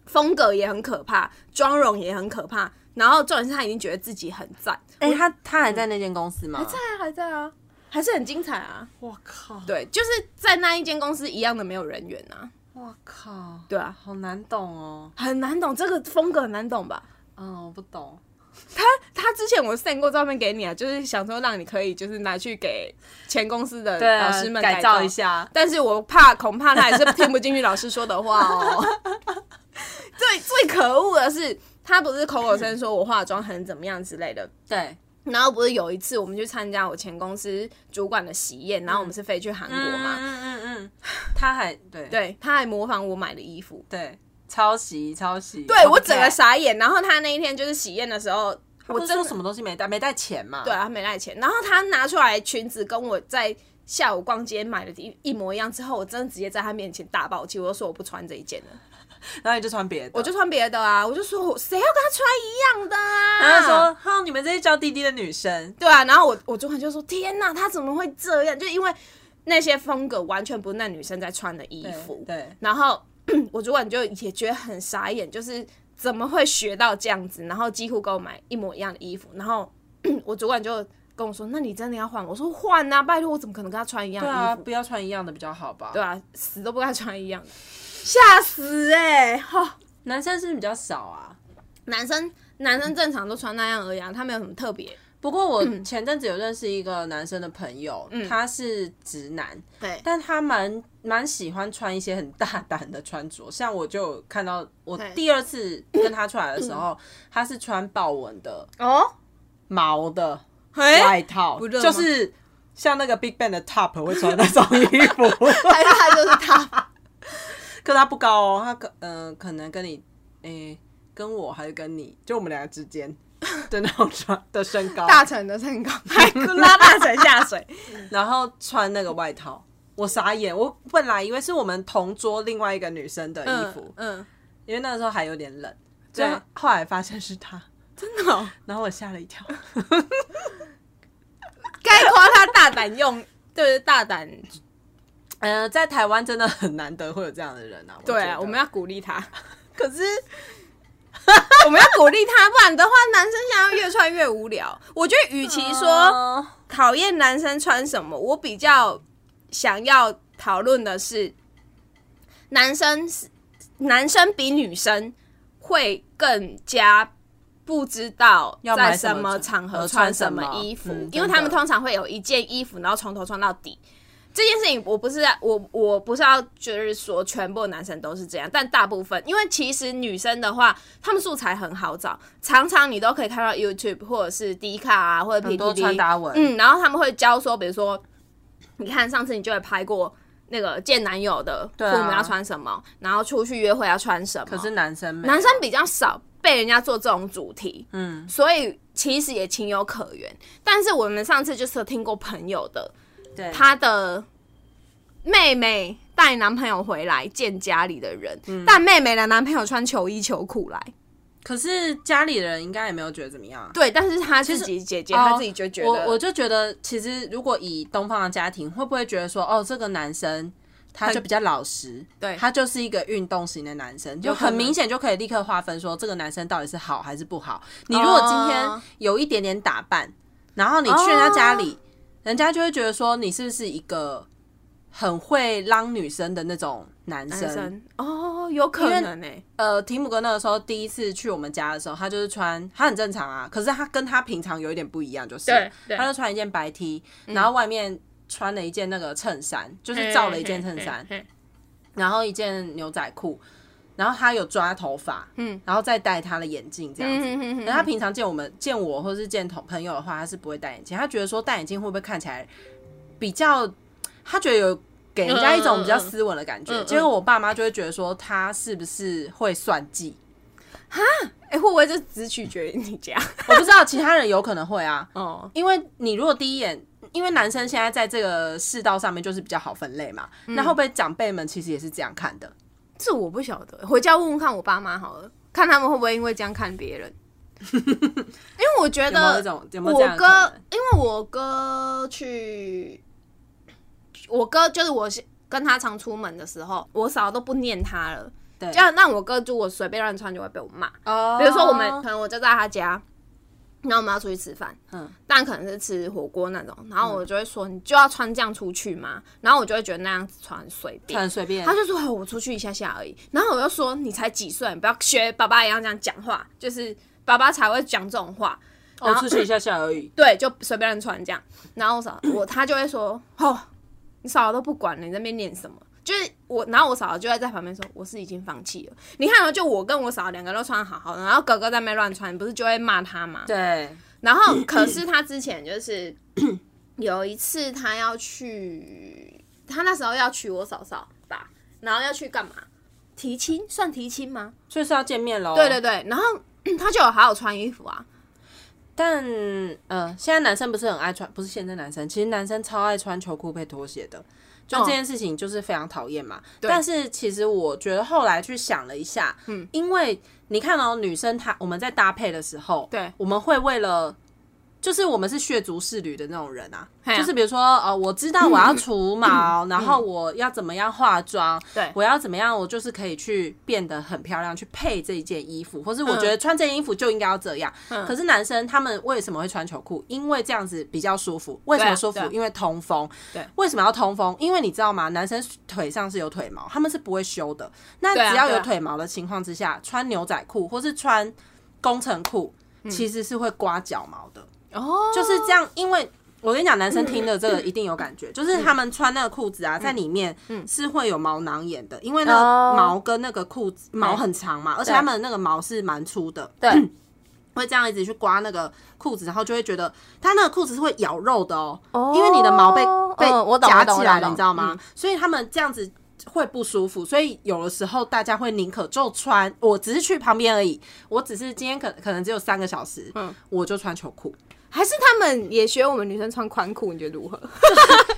风格也很可怕，妆容也很可怕，然后重点是她已经觉得自己很赞，哎，他他还嗯在那间公司吗？在啊，还在啊，还是很精彩啊。我靠，对，就是在那一间公司一样的没有人员啊。我靠，对啊，好难懂哦，很难懂这个风格，很难懂吧？嗯，我不懂，他之前我 send 过照片给你啊，就是想说让你可以就是拿去给前公司的对啊老师们改啊造造一下，但是我怕，恐怕他也是听不进去老师说的话哦。 最最可恶的是，他不是口口声声说我化妆很怎么样之类的，对，然后不是有一次我们去参加我前公司主管的喜宴，然后我们是飞去韩国嘛，嗯嗯嗯，他还对对，他还模仿我买的衣服，对，抄袭抄袭，对我 copycat 整个傻眼。然后他那一天就是喜宴的时候，我我真真说的什么东西没带，没带钱嘛？对啊，他没带钱。然后他拿出来裙子跟我在下午逛街买的一一模一样之后，我真的直接在他面前大爆气，我就说我不穿这一件了。然后你就穿别的，我就穿别的啊，我就说我谁要跟他穿一样的啊？然后说，哈，你们这些娇滴滴的女生，对啊，然后我我主管就说天哪，他怎么会这样？就因为那些风格完全不是那女生在穿的衣服。对，然后 我主管就也觉得很傻眼，就是怎么会学到这样子，然后几乎跟我买一模一样的衣服。然后 我主管就跟我说：“那你真的要换？”我说：“换啊，拜托，我怎么可能跟他穿一样对的衣服？”啊，不要穿一样的比较好吧？对，啊，死都不跟他穿一样的，吓死哎、欸！哈男生是不是比较少啊。男生男生正常都穿那样而已、啊，他没有什么特别。不过我嗯前阵子有认识一个男生的朋友，他是直男，对，但他蛮蛮喜欢穿一些很大胆的穿着，像我就有看到我对第二次跟他出来的时候，他是穿豹纹的哦，毛的嘿，外套，不热吗就是像那个 Big Bang 的 top 会穿那种衣服， 还是他就是他，可他不高哦，他可嗯、可能跟你诶、跟我还是跟你，就我们两个之间的那种穿的身高，大成的身高，哦还拉大成下 水，然后穿那个外套，我傻眼，我本来以为是我们同桌另外一个女生的衣服，嗯，嗯因为那时候还有点冷，就对后来发现是他，真的、哦，然后我吓了一 跳，该夸他大胆用，就是大胆呃，在台湾真的很难得会有这样的人啊。对觉啊，得我们要鼓励他，可是 我们要鼓励他，不然的话，男生现在越穿越无聊。我觉得，与其说嗯讨厌男生穿什么，我比较想要讨论的是，男生是男生比女生会更加。不知道要在买什么么穿场呃穿合穿什什么么衣服，嗯因为真他们的通常会有一件衣服，然后从头穿到底。这件事情我不是在我我不是要就是说全部男生都是这样，但大部分，因为其实女生的话，她们素材很好找，常常你都可以看到 YouTube 或者是 D 卡啊，或者 PPT 很多穿搭文嗯，然后他们会教说，比如说，你看上次你就会拍过那个见男友的父啊母要穿什么，然后出去约会要穿什么，可是男生没有男生比较少被人家做这种主题，嗯，所以其实也情有可原。但是我们上次就是有听过朋友的，对她的妹妹带男朋友回来见家里的人，但妹妹的男朋友穿球衣球裤来，可是家里人应该也没有觉得怎么样啊。对，但是她自己姐姐，她自己就觉得，哦我我就觉得，其实如果以东方的家庭，会不会觉得说，哦，这个男生他就比较老实，对他就是一个运动型的男生，有就可能很明显就可以立刻划分说，这个男生到底是好还是不好。你如果今哦天有一点点打扮，然后你去人家家里，哦人家就会觉得说，你是不是一个很会浪女生的那种男男生？生哦，有可能呢、呃，提姆哥那个时候第一次去我们家的时候，他就是穿，他很正常啊，可是他跟他平常有一点不一样，就是对对嗯他就穿一件白 T，然后外面穿了一件那个衬衫，就是罩了一件衬衫，嘿嘿嘿然后一件牛仔裤，然后他有抓头发，嗯，然后再戴他的眼镜这样子。嗯哼哼然后他平常见我们见我或是见同朋友的话，他是不会戴眼镜，他觉得说戴眼镜会不会看起来比较，他觉得有。给人家一种比较斯文的感觉，嗯嗯嗯结果我爸妈就会觉得说他是不是会算计，哎、会不会就只取决于你家？我不知道其他人有可能会啊，哦，因为你如果第一眼，因为男生现在在这个世道上面就是比较好分类嘛，嗯那会不会长辈们其实也是这样看的？这我不晓得，回家问问看我爸妈好了，看他们会不会因为这样看别人。因为我觉有没有得这种有没有这呃我样的可哥哦能？，因为我哥去，我哥就是我是跟他常出门的时候，我嫂都不念他了。对这样那我哥如果随便乱穿就会被我骂。哦比如说我们可能我就在他家，那我们要出去吃饭，嗯但可能是吃火锅那种，然后我就会说你就要穿这样出去吗？然后我就会觉得那样子穿很随便，很随便他，就说、哦我出去一下下而已，然后我就说你才几岁，你不要学爸爸一样这样讲话，就是爸爸才会讲这种话。啊哦，出去一下下而已。对，就随便乱穿这样。然后我嫂我他就会说：“哦，你嫂嫂都不管了，你在那边念什么？”就是我，然后我嫂嫂就会在旁边说：“我是已经放弃了。”你看哦，就我跟我嫂嫂两个都穿好好的，然后哥哥在那边乱穿，你不是就会骂他吗？对，然后嗯可是他之前就是有一次他要去，他那时候要娶我嫂嫂吧，然后要去干嘛？提亲算提亲吗？所以是要见面喽。对对，对，然后 他就有好好穿衣服啊，但呃，现在男生不是很爱穿，不是现在男生，其实男生超爱穿球裤配拖鞋的，就嗯这件事情就是非常讨厌嘛。但是其实我觉得后来去想了一下，嗯，因为你看哦，女生她我们在搭配的时候，对我们会为了。就是我们是血族仕女的那种人啊，啊嗯就是比如说，呃，我知道我要除毛，然后我要怎么样化妆，对我要怎么样，我就是可以去变得很漂亮，去配这一件衣服，或是嗯我觉得穿这件衣服就应该要这样。可是男生他们为什么会穿球裤？因为这样子比较舒服。为什么舒服？对啊因为通风。对，为什么要通风？因为你知道吗？男生腿上是有腿毛，他们是不会修的。那对啊只要对有啊腿毛的情况之下，穿牛仔裤或是穿工程裤，嗯其实是会刮脚毛的。哦，就是这样，因为我跟你讲，男生听的这个一定有 感觉，就是他们穿那个裤子啊，在里面是会有毛囊炎的，因为那嗯哦个毛跟那个裤子毛很长嘛，而且他们那个毛是蛮粗的，对，会这样一直去刮那个裤子，然后就会觉得他那个裤子是会咬肉的哦，因为你的毛被被嗯我懂夹我懂嗯起来我了，懂你知道吗？所以他们这样子。会不舒服，所以有的时候大家会宁可就穿，我只是去旁边而已，我只是今天可可能只有三个小时，嗯，我就穿球裤，还是他们也学我们女生穿宽裤，你觉得如何？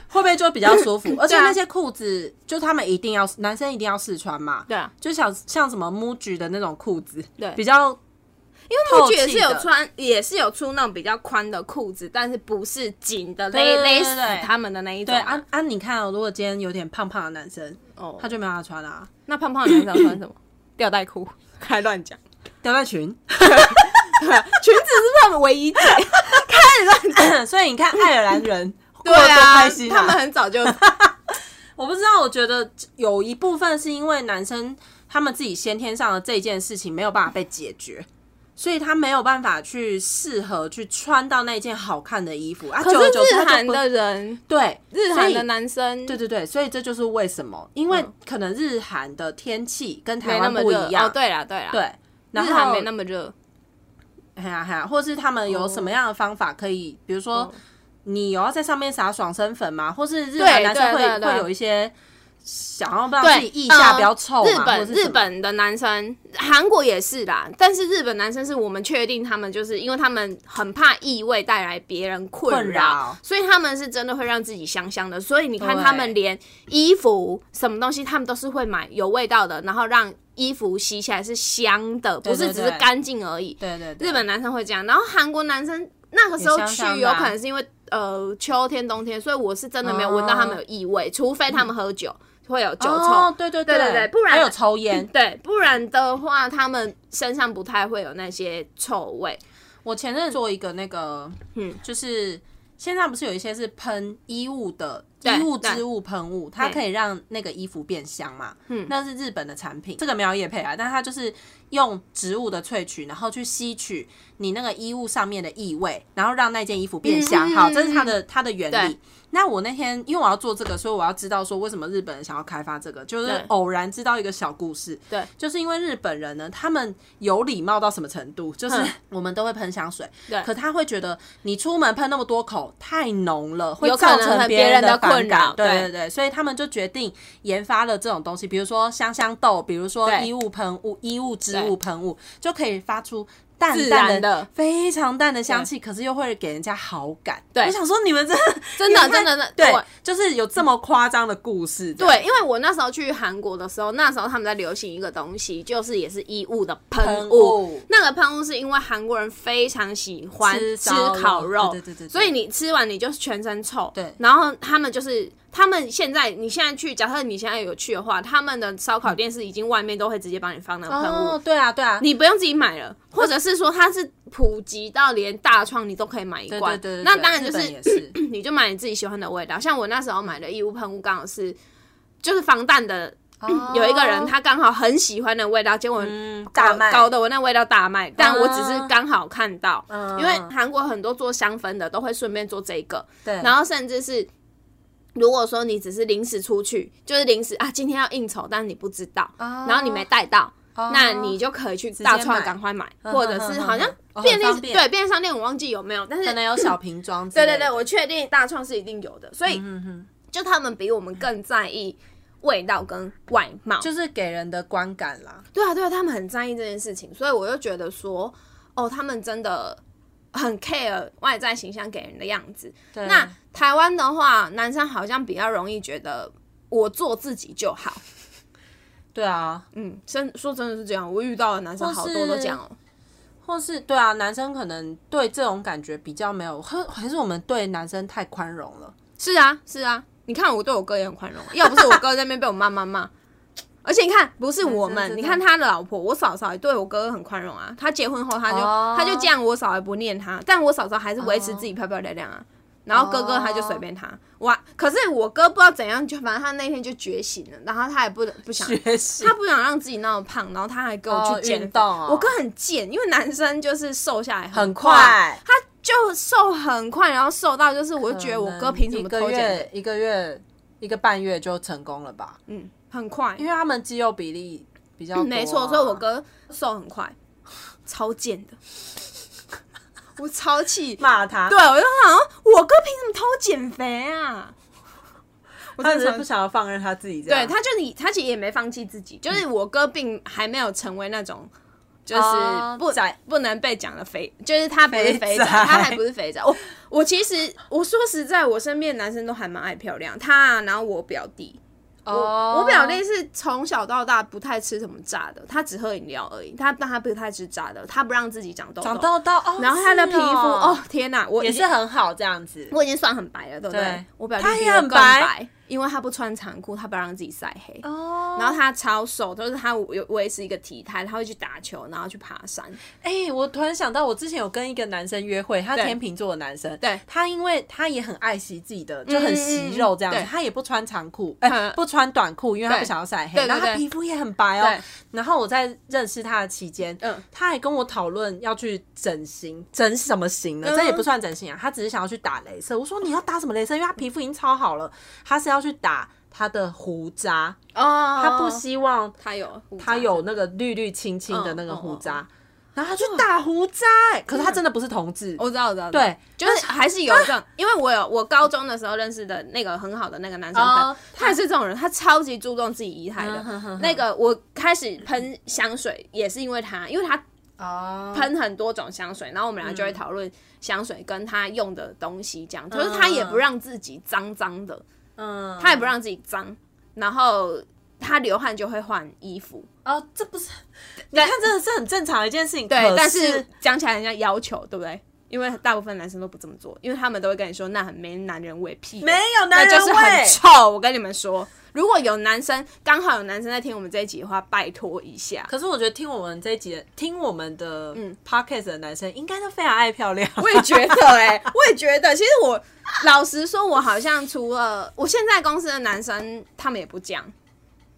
会不会就比较舒 服？而且对啊那些裤子，就他们一定要男生一定要试穿嘛，对啊，就像像什么 MUJI 的那种裤子，对比较因为木透菊气也是有的穿，也是有出那种比较宽的裤子，但是不是紧的勒对对勒对死对他们的那一种对啊。啊啊，你看、哦，如果今天有点胖胖的男生，哦他就没办法穿啊啦、那胖胖的男生要穿什么？ 吊带裤，还乱讲，吊带裙。 裙子是他们唯一解。所以你看，爱尔兰人过对得多啊开，心他们很早 就我不知道，我觉得有一部分是因为男生他们自己先天上的这件事情没有办法被解决，所以他没有办法去适合去穿到那件好看的衣服啊。可久而久之是日他就韩不的人，对日所韩的以男生对对对，所以这就是为什么，因为嗯可能日韩的天气跟台没那湾么不热一样，哦，对啦对啦，，对，然日韩后没那么热，嘿呀嘿呀，或是他们有哦什么样的方法可以，比如说嗯你有要在上面撒爽身粉吗？或是日对本男生对对会对会有一些想要让自对己，腋下嗯比较臭嘛日或本是什日么本的男生，韩国也是啦，但是日本男生是我们确定他们就是因为他们很怕异味带来别人困困扰扰，所以他们是真的会让自己香香的。所以你看对他们连衣服什么东西，他们都是会买有味道的，然后让衣服洗起来是香的，不对是对只是对干净而已。对对对日本男生会这样，然后韩国男生那个时候也去香香的有啊可能是因为呃秋天冬天，所以我是真的没有闻到他们有异味，除非他们喝酒会有酒臭。哦，对对对对对不然还有抽烟。对，不然的话，他们身上不太会有那些臭味。我前阵做一个那个，嗯，就是现在不是有一些是喷衣物的对衣物织物喷雾，它可以让那个衣服变香嘛？嗯，那是日本的产品，这个没有叶配啊，但它就是用植物的萃取，然后去吸取你那个衣物上面的异味，然后让那件衣服变香。嗯嗯好，嗯这是它的它的原对理。那我那天因为我要做这个，所以我要知道说为什么日本人想要开发这个，就是对偶然知道一个小故事。对，就是因为日本人呢，他们有礼貌到什么程度？就是嗯 我们都会喷香水，对可他会觉得你出门喷那么多口太浓了，会有可造能成别人的的困反扰感对对对对，所以他们就决定研发了这种东西，比如说香香豆，比如说对衣物喷雾、衣物织对物喷雾，就可以发出。淡自淡然的非常淡的香气，可是又会给人家好感。对我想说你们真的 真的你们真的对我，就是有这么夸张的故事。这样对，因为我那时候去韩国的时候，那时候他们在流行一个东西，就是也是衣物的喷喷雾雾。那个喷雾是因为韩国人非常喜欢吃吃烧肉烤肉，对对对对对所以你吃完你就是全身臭。对然后他们就是他们现在你现在去，假设你现在有去的话，他们的烧烤店是已经外面都会直接帮你放那个喷雾。哦，对啊，对啊，你不用自己买了，或者是说它是普及到连大创你都可以买一对罐对，对，对那对当然就日本是也 是你就买你自己喜欢的味道。像我那时候买的义乌喷雾，刚好是就是防弹的，有一个人他刚好很喜欢的味道，结果哦嗯搞大麦搞得我那味道大卖，但我只是刚好看到，嗯因为韩国很多做香氛的都会顺便做这个，对，然后甚至是。如果说你只是临时出去，就是临时啊，今天要应酬，但是你不知道，然后你没带到，哦那你就可以去接大创买赶快买，嗯或者是嗯好像嗯嗯便利、哦很方便对便利商店我忘记有没有，但是可能有小瓶装之对类的。对对，我确定大创是一定有的，所以嗯哼，就他们比我们更在意味道跟外貌，就是给人的观感啦。对啊对啊，他们很在意这件事情，所以我就觉得说，哦，他们真的很 care 外在形象给人的样子。对那台湾的话，男生好像比较容易觉得我做自己就好，对啊，嗯，真说真的是这样，我遇到的男生好多都这样哦、或是对啊，男生可能对这种感觉比较没有，还还是我们对男生太宽容了。是啊，是啊，你看我对我哥也很宽容， 要不是我哥在那边被我妈妈骂，而且你看不是我男生 们，真你的看他的老婆，我嫂嫂也对我哥很宽容啊。他结婚后他就、哦他就这样，我嫂也不念他，但我嫂嫂还是维持自己漂漂亮亮啊。然后哥哥他就随便哦他，哇！可是我哥不知道怎样，就反正他那天就觉醒了，然后他也不不想学习他不想让自己那么胖，然后他还跟我去哦减运肥。动哦我哥很贱，因为男生就是瘦下来很快，快，他就瘦很快，然后瘦到就是，我就觉得我哥凭什么可偷能一个减肥？月一个月一个半月就成功了吧？嗯，很快因，为他们肌肉比例比较多啊没错，所以我哥瘦很快，超 贱的，我超气。骂他，对，我就想说，我哥凭什么偷减肥啊？我他真只是的超不想要放任他自己这对，样。他就你，他其实也没放弃自己，就是我哥并还没有成为那种。就是哦不、宅不能被讲的肥，就是他不是肥肥宅宅，他还不是肥宅。我我其实我说实在，我身边的男生都还蛮爱漂亮，他啊、然后我表弟，哦我我表弟是从小到大不太吃什么炸的，他只喝饮料而已。他但他不太吃炸的，他不让自己长痘长痘痘。痘哦，然后他的皮肤，哦是天哪，我也已是经很好这样子。我已经算很白了，对不对？对我表弟他比也我很更白白，因为他不穿长裤，他不让自己晒黑。哦，然后他超瘦，就是他维维持一个体态，他会去打球，然后去爬山。哎、我突然想到，我之前有跟一个男生约会，他对天秤座的男生，对他因为他也很爱惜自己的，就很惜肉这样子，嗯嗯嗯对他也不穿长裤，哎、嗯不穿短裤，因为他对不想要晒黑，对对然后他对皮肤也很白哦对。然后我在认识他的期间，嗯他还跟我讨论要去整形，整什么型呢？嗯这也不算整形啊，他只是想要去打镭射。我说你要打什么镭射？因为他皮肤已经超好了，他是要去打他的胡渣，哦，他不希望他有他有那个绿绿青青的那个胡嗯渣，嗯然后他去打胡渣、欸，可是他真的不是同志，我知道，我知道，对就是还是有这种，因为我有我高中的时候认识的那个很好的那个男生，哦嗯他也是这种人，他超级注重自己仪态的。那个我开始喷香水也是因为他，因为他哦，喷很多种香水，然后我们俩就嗯会讨论香水跟他用的东西这样，就是他也不让自己脏脏的，嗯，他也不让自己脏，然后他流汗就会换衣服，哦，这不是，你看真的是很正常的一件事情，对，可但是是讲起来人家要求，对不对？因为大部分男生都不这么做，因为他们都会跟你说那很没男人味，屁的没有男那人就是味很。臭。我跟你们说，如果有男生刚好有男生在听我们这一集的话，拜托一下。可是我觉得听我们这一集、听我们的 podcast 的男生，应该都非常爱漂亮。 我也觉得、哎，我也觉得。其实我老实说，我好像除了我现在公司的男生，他们也不讲。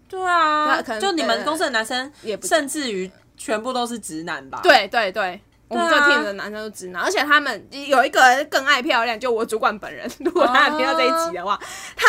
对啊，对可能就你们公司的男生也，不甚至于全部都是直男吧？，对对对，我们这对啊 team 的男生都直男，而且他们有一个更爱漂亮，就我主管本人。 如果他有听到这一集的话，他。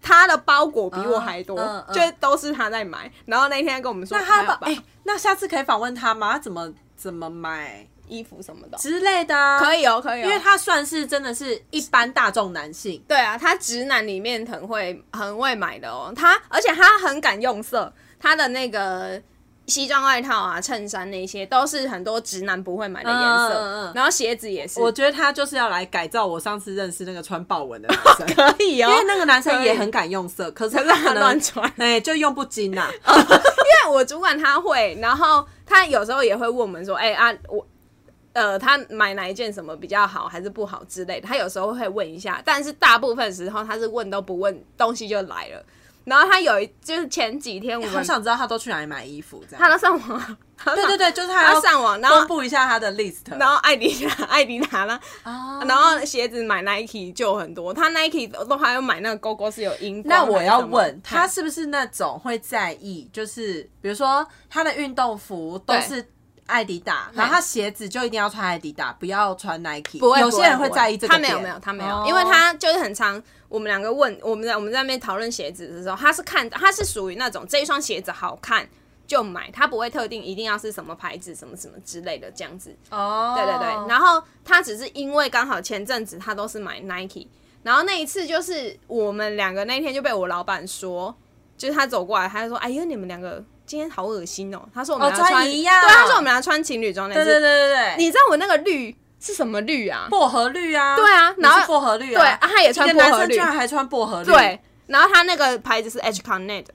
他的包裹比我还多，哦嗯嗯嗯就都是他在买。然后那天他跟我们说，那他要的哎、那下次可以访问他吗？他怎么怎么买衣服什么的，之类的、啊？可以哦，可以哦，因为他算是真的是一般大众男性，对啊，他直男里面很会很会买的哦，他而且他很敢用色，他的那个西装外套啊、衬衫那些都是很多直男不会买的颜色，嗯嗯嗯然后鞋子也是，我觉得他就是要来改造我上次认识那个穿豹纹的男 生，可以哦因为那个男生可以也很敢用色，啊可是他哦可是他可能乱穿哎、就用不精 呐、因为 我主管他会，然后他有时候也会问我们说，哎、啊我。呃，他买哪一件什么比较好，还是不好之类的，他有时候会问一下，但是大部分时候他是问都不问，东西就来了。然后他有一就是前几天我哎好们想知道他都去哪里买衣服这他样。都上网， 对对对，就是他他要上网，然后公布一下他的 list，然后艾迪达，艾迪达啦，啊然后鞋子买 Nike 就有很多，他 Nike 都还有买那个勾勾是有荧光那还是什么。我要问，他嗯是不是那种会在意，就是比如说他的运动服都对是艾迪达，对然后他鞋子就一定要穿艾迪达，不要穿 Nike。不会，有不些人不会在意这个他没有点没有他没有，哦因为他就是很常我们两个问我们在我们在那边讨论鞋子的时候，他是看他是属于那种这一双鞋子好看就买，他不会特定一定要是什么牌子什么什么之类的这样子。哦，对对对，然后他只是因为刚好前阵子他都是买 Nike，然后那一次就是我们两个那天就被我老板说，就是他走过来，他就说：“哎呀，你们两个今天好恶心哦。”他说我们哦俩穿,、穿一样对，他说我们俩穿情侣装那次。对对对对对，你知道我那个绿是什么绿啊？薄荷绿啊，对啊你然后是薄荷绿啊，对啊，他也穿一个薄男荷生居绿，然还穿薄荷绿，，对，然后他那个牌子是 H Connect，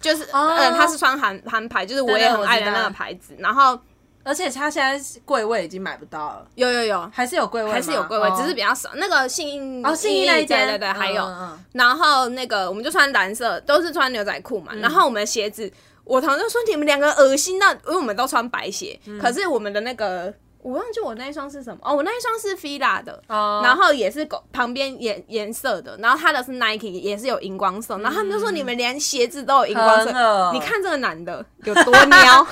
就是、哦嗯，他是穿韩韩牌，就是我对对也很我爱知的那道个牌子。然后而且他现在柜位已经买不到了，有有有，还是有柜位吗，还是有贵位，哦只是比较少。那个信哦，信义那一间，对对对，还有。嗯嗯嗯然后那个我们就穿蓝色，都是穿牛仔裤嗯嘛。然后我们的鞋子，我同事说你们两个恶心到，因为我们都穿白鞋，嗯可是我们的那个我忘记我那一双是什么哦，我那一双是 fila 的。哦，然后也是狗旁边颜颜色的，然后他的是 Nike，也是有荧光色，然后他们就嗯说你们连鞋子都有荧光真的色，你看这个 男的有多喵，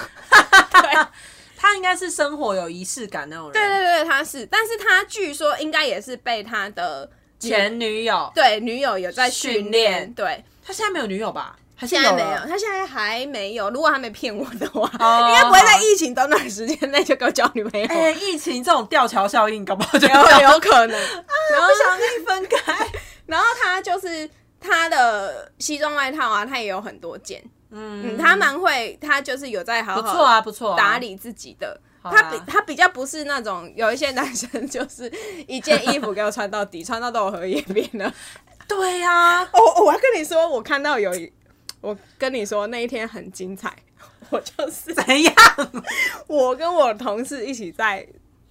他应该是生活有仪式感那种人， 对对对，他是，但是他据说应该也是被他的前女友，对女友有在训训练练，对，他现在没有啊女友吧？还是现在没了有，他现在还没有。如果他没骗我的话， 哦应该不会在疫情短短时间内就给我交女朋友，哎、疫情这种吊桥效应，搞不好就有要有可能。然后，想跟你分开。 然后他就是他的西装外套啊，他也有很多件，嗯，嗯，他蛮会，他就是有在好 不错好啊，不错、啊，打理自己的。好他啦比他比较不是那种有一些男生就是一件衣服给我穿到底，穿到都有荷叶边了。对呀、啊，哦哦，我要跟你说，我看到有一我跟你说，那一天很精彩。我就是怎样？我跟我同事一起在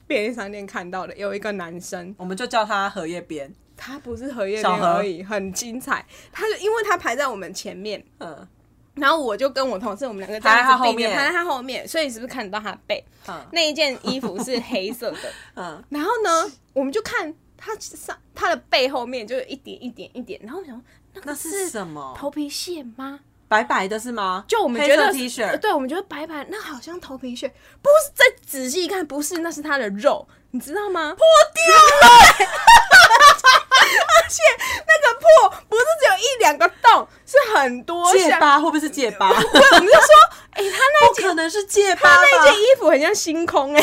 便利商店看到的，有一个男生，我们就叫他荷叶边。他不是荷叶小边何而已，很精彩。他就因为他排在我们前面，嗯然后我就跟我同事我们两个这排在他样子后并着面排在他后面，所以你是不是看得到他背？嗯那一件衣服是黑 色的，嗯，然后呢，我们就看他上他的背后面就有一点一点一点，然后我想说那那个是是什么？头皮屑吗？白白的是吗？就我们黑觉色得 T 呃恤，对，我们觉得白白，那好像头皮屑，不是。再仔细一看，不是，那是他的肉，你知道吗？破掉 了，而且那个破不是只有一两个洞，是很多戒像。疤会不会是戒疤？对， 我们就说，哎、他那不一件可能是戒疤他那件吧？衣服很像星空哎、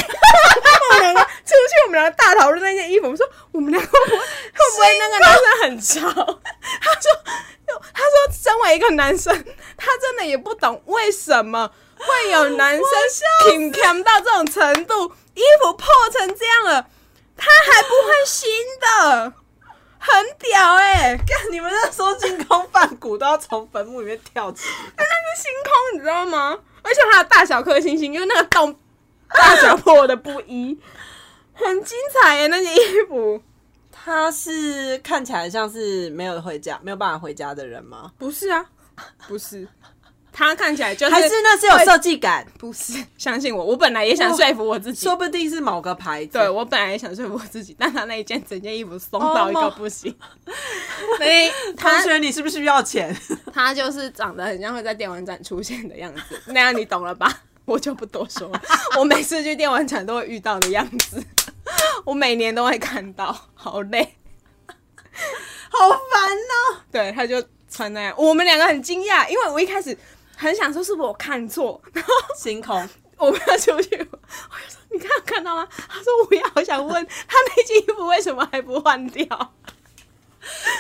我们两个出去，我们两个大讨论那件衣服，我们说我们两个会不会会不会那个男生很潮？他说他说身为一个男生，他真的也不懂为什么会有男生挺强到这种程度，衣服破成这样了，他还不换新的，很屌哎、 干，你们那时候进攻饭谷都要从坟墓里面跳起来，星空，你知道吗？而且它的大小颗星星，因为那个洞 大小破的不一，很精彩耶！那件衣服他是看起来像是没有回家、没有办法回家的人吗？不是啊，不是，它看起来就是还是那是有设计感？不是？相信我，我本来也想说服我自己说，不定是某个牌子。对我本来也想说服我自己，但他那一件整件衣服松到一哦个不行， 所以同他学，你是不是需要 钱？他就是长得很像会在电玩展出现的样子， 那样你懂了吧？ 我就不多 说了，我每次去电玩展都会遇到的样子， 我每年都会看到，好累。好烦哦！对，他就穿那样，我们两个很惊讶，因为我一开始很想说是不是我看错， 然后星空，我们要出去，我就说你看有看到吗？他说我也好想问 他那件衣服为什么还不换掉？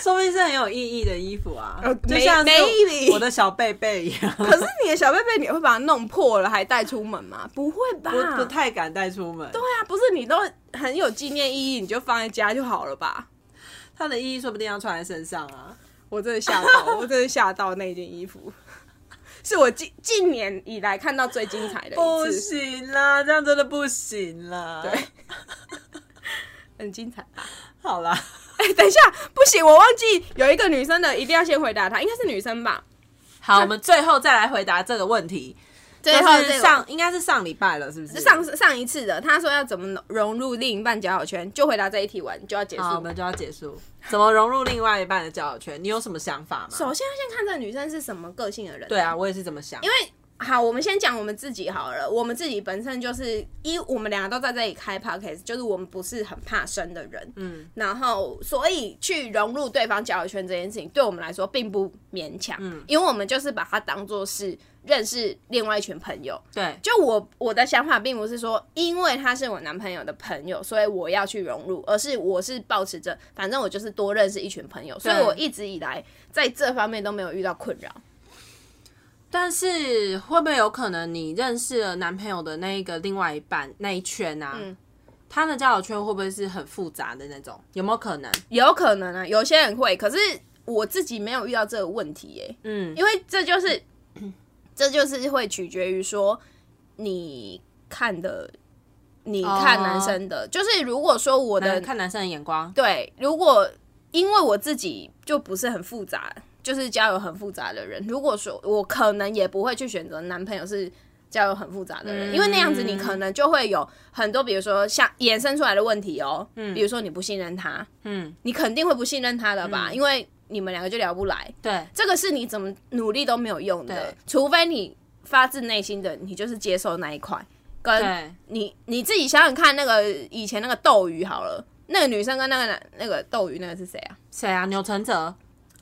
说不定是很有意义的衣服啊呃，就没像是没意义我的小贝贝一 样，可是你的小贝贝你会把它弄破了还带出门吗？不会吧？不不太敢带出门对。啊，不是你都很有纪念意义，你就放在家就好了吧？它的意义说不定要穿在身上啊。我真的吓 到，我真的吓到那件衣服，是我近近年以来看到最精彩的不一次，行啦，这样真的不行啦。对， 很精彩吧？好啦，哎、等一下，不行，我忘记有一个女生的，一定要先回答她，应该是女生吧？好，我们最后再来回答这个问题。最后就是这个上应该是上礼拜了，是不是？上上一次的，她说要怎么融入另一半交友圈，就回答这一题完就要结束好，我了。们就要结束。怎么融入另外一半的交友圈？你有什么想法吗？首先要先看这个女生是什么个性的人，对啊，我也是这么想因。为好，我们先讲我们自己好了。我们自己本身就是一，我们两个都在这里开 podcast，就是我们不是很怕生的人，嗯，然后所以去融入对方交友圈这件事情，对我们来说并不勉强，嗯，因为我们就是把它当做是认识另外一群朋友。对，就我我的想法并不是说，因为他是我男朋友的朋友，所以我要去融入，而是我是保持着，反正我就是多认识一群朋友，所以对我一直以来在这方面都没有遇到困扰。但是会不会有可能你认识了男朋友的那一个另外一半那一圈啊？嗯他的交友圈会不会是很复杂的那种？有没有可能？有可能啊，有些人会，可是我自己没有遇到这个问题耶、嗯，因为这就是， 这就是会取决于说你看的，你看哦男生的，就是如果说我的男看男生的眼光，对，如果因为我自己就不是很复杂，就是交友很复杂的人，如果说我可能也不会去选择男朋友是交友很复杂的人，因为那样子嗯你可能就会有很多，比如说像衍生出来的问题哦，比如说你不信任他，嗯，你肯定会不信任他的吧，因为你们两个就聊不来，对，这个是你怎么努力都没有用的对，除非你发自内心的，你就是接受那一块，跟对你你自己想想看，那个以前那个斗鱼好了，那个女生跟那个男那个斗鱼那个是谁啊？谁啊？钮承泽，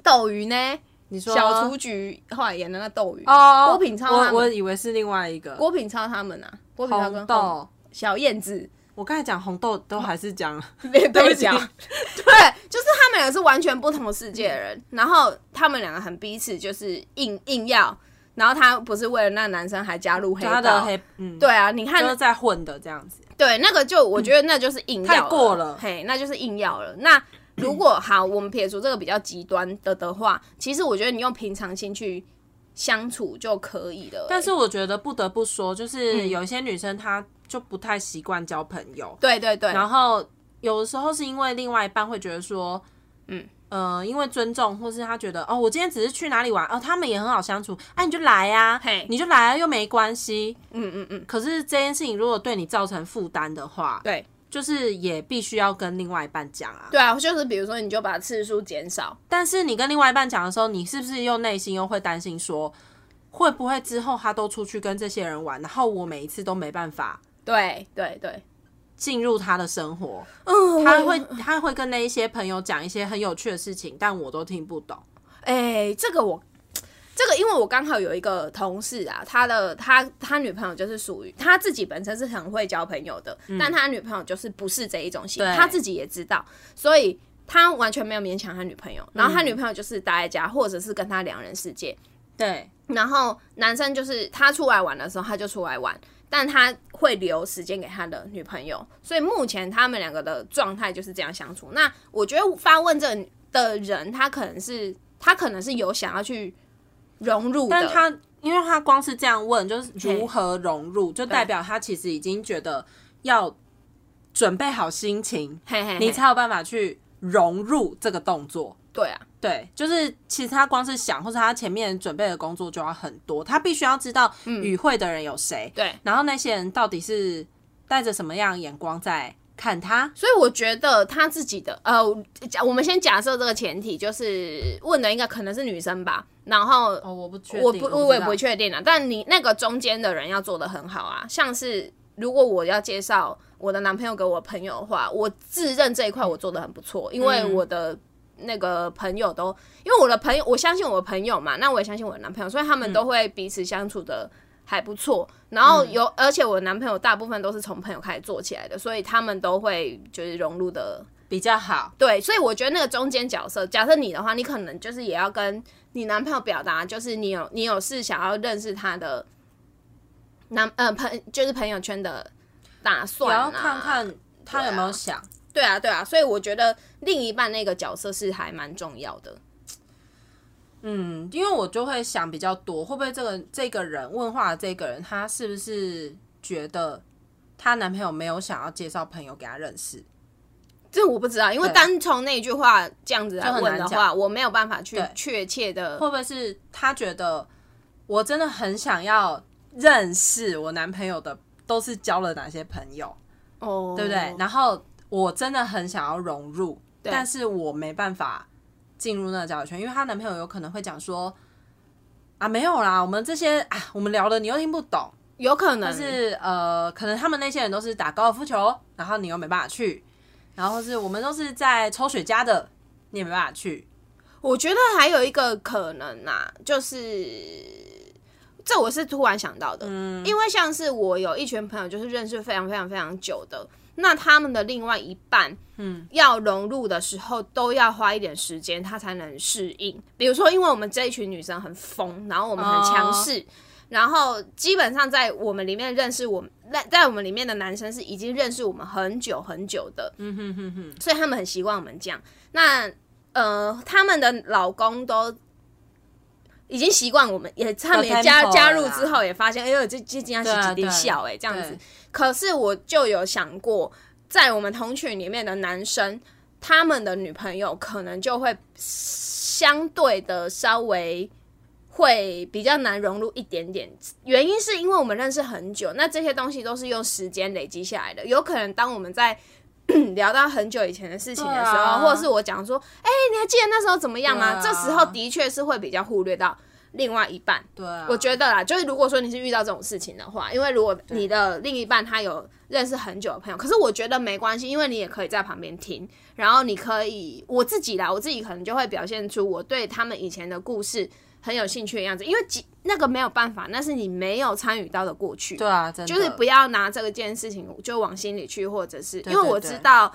斗鱼呢？你说小雏菊后来演的那个斗鱼，哦，郭品超我他我们，以为是另外一个郭品超他们啊，郭品超跟红豆。小燕子。 我刚才讲红豆都还是 讲，被被不起 讲，对，就是他们两个是完全不同的世界的人，然后他们两个很彼此就是硬硬要，然后他不是为了那个男生还加入黑他道的，黑，嗯，，对啊，你就是看，在混的这样子。对那个就我觉得那就是硬要嗯太过了嘿，那就是硬要了。那 如果好，我们撇除这个比较极端的的话，其实我觉得你用平常心去相处就可以了、欸但是我觉得不得不说，就是有一些女生她就不太习惯交朋友，嗯对对对，然后有的时候是因为另外一半会觉得说，嗯呃，因为尊重，或是他觉得哦，我今天只是去哪里玩，哦，他们也很好相处，哎、你就来呀、嘿你就来啊，又没关系。嗯嗯嗯，可是这件事情如果对你造成负担的话，对就是也必须要跟另外一半讲啊。对啊，就是比如说你就把次数减少，但是你跟另外一半讲的时候，你是不是又内心又会担心说，会不会之后他都出去跟这些人玩，然后我每一次都没办法对对对，进入他的生活？嗯他会他会跟那一些朋友讲一些很有趣的事情，但我都听不懂。哎、这个我，这个因为我刚好有一个同事啊，他的他他女朋友就是属于他自己本身是很会交朋友的，但他女朋友就是不是这一种型，对他自己也知道，所以他完全没有勉强他女朋友，然后他女朋友就是待在家，或者是跟他两人世界，对，然后男生就是他出来玩的时候他就出来玩。但他会留时间给他的女朋友，所以目前他们两个的状态就是这样相处。那我觉得发问这的人，他可能是他可能是有想要去融入的，但他因为他光是这样问，就是如何融入，就代表他其实已经觉得要准备好心情，嘿嘿嘿你才有办法去融入这个动作。对啊，对，就是其实他光是想，或者他前面准备的工作就要很多，他必须要知道与会的人有谁，对。然后那些人到底是带着什么样的眼光在看他。所以我觉得他自己的呃，假我们先假设这个前提，就是问的应该可能是女生吧，然后哦，我不确我不我也不确确定啊，但你那个中间的人要做的很好啊，像是如果我要介绍我的男朋友给我朋友的话，我自认这一块我做的很不错，因为我的。那个朋友都，因为我的朋友，我相信我的朋友嘛，那我也相信我的男朋友，所以他们都会彼此相处的还不错。然后有，而且我的男朋友大部分都是从朋友开始做起来的，所以他们都会就是融入的比较好。对，所以我觉得那个中间角色，假设你的话，你可能就是也要跟你男朋友表达，就是你有你有是想要认识他的男呃朋，就是朋友圈的打我算、啊，要看看他有没有想。对啊，对啊，所以我觉得另一半那个角色是还蛮重要的。嗯，因为我就会想比较多，会不会这个这个人问话的这个人，他是不是觉得她男朋友没有想要介绍朋友给她认识？这我不知道，因为对啊单从那一句话这样子来就很问难的话，讲我没有办法去对确切的会不会是她觉得我真的很想要认识我男朋友的，都是交了哪些朋友，哦，对不对？然后我真的很想要融入，对但是我没办法进入那个交友圈，因为她男朋友有可能会讲说啊没有啦，我们这些啊我们聊的你又听不懂。有可能就是呃，可能他们那些人都是打高尔夫球，然后你又没办法去，然后是我们都是在抽雪茄的，你也没办法去。我觉得还有一个可能啊，就是这我是突然想到的，因为像是我有一群朋友，就是认识非常非常非常久的，那他们的另外一半，嗯，要融入的时候都要花一点时间，他才能适应。比如说，因为我们这一群女生很疯，然后我们很强势。然后基本上在我们里面认识我们，在在我们里面的男生是已经认识我们很久很久的，嗯哼哼哼，所以他们很习惯我们这样。那呃，他们的老公都已经习惯我们，也他们也 tempo 了加啦加入之后也发现，哎呦，这这竟然对是啊几滴对笑哎、这样子对。可是我就有想过，在我们同群里面的男生，他们的女朋友可能就会相对的稍微。会比较难融入一点点，原因是因为我们认识很久，那这些东西都是用时间累积下来的。有可能当我们在 聊到很久以前的事情的时候，对啊或者是我讲说，哎、你还记得那时候怎么样吗？对啊这时候的确是会比较忽略到另外一半。对啊，我觉得啦，就是如果说你是遇到这种事情的话，因为如果你的另一半他有认识很久的朋友，可是我觉得没关系，因为你也可以在旁边听，然后你可以我自己啦，我自己可能就会表现出我对他们以前的故事很有兴趣的样子，因为几那个没有办法，那是你没有参与到的过去。对啊，真的就是不要拿这个件事情就往心里去，或者是因对为我对知道，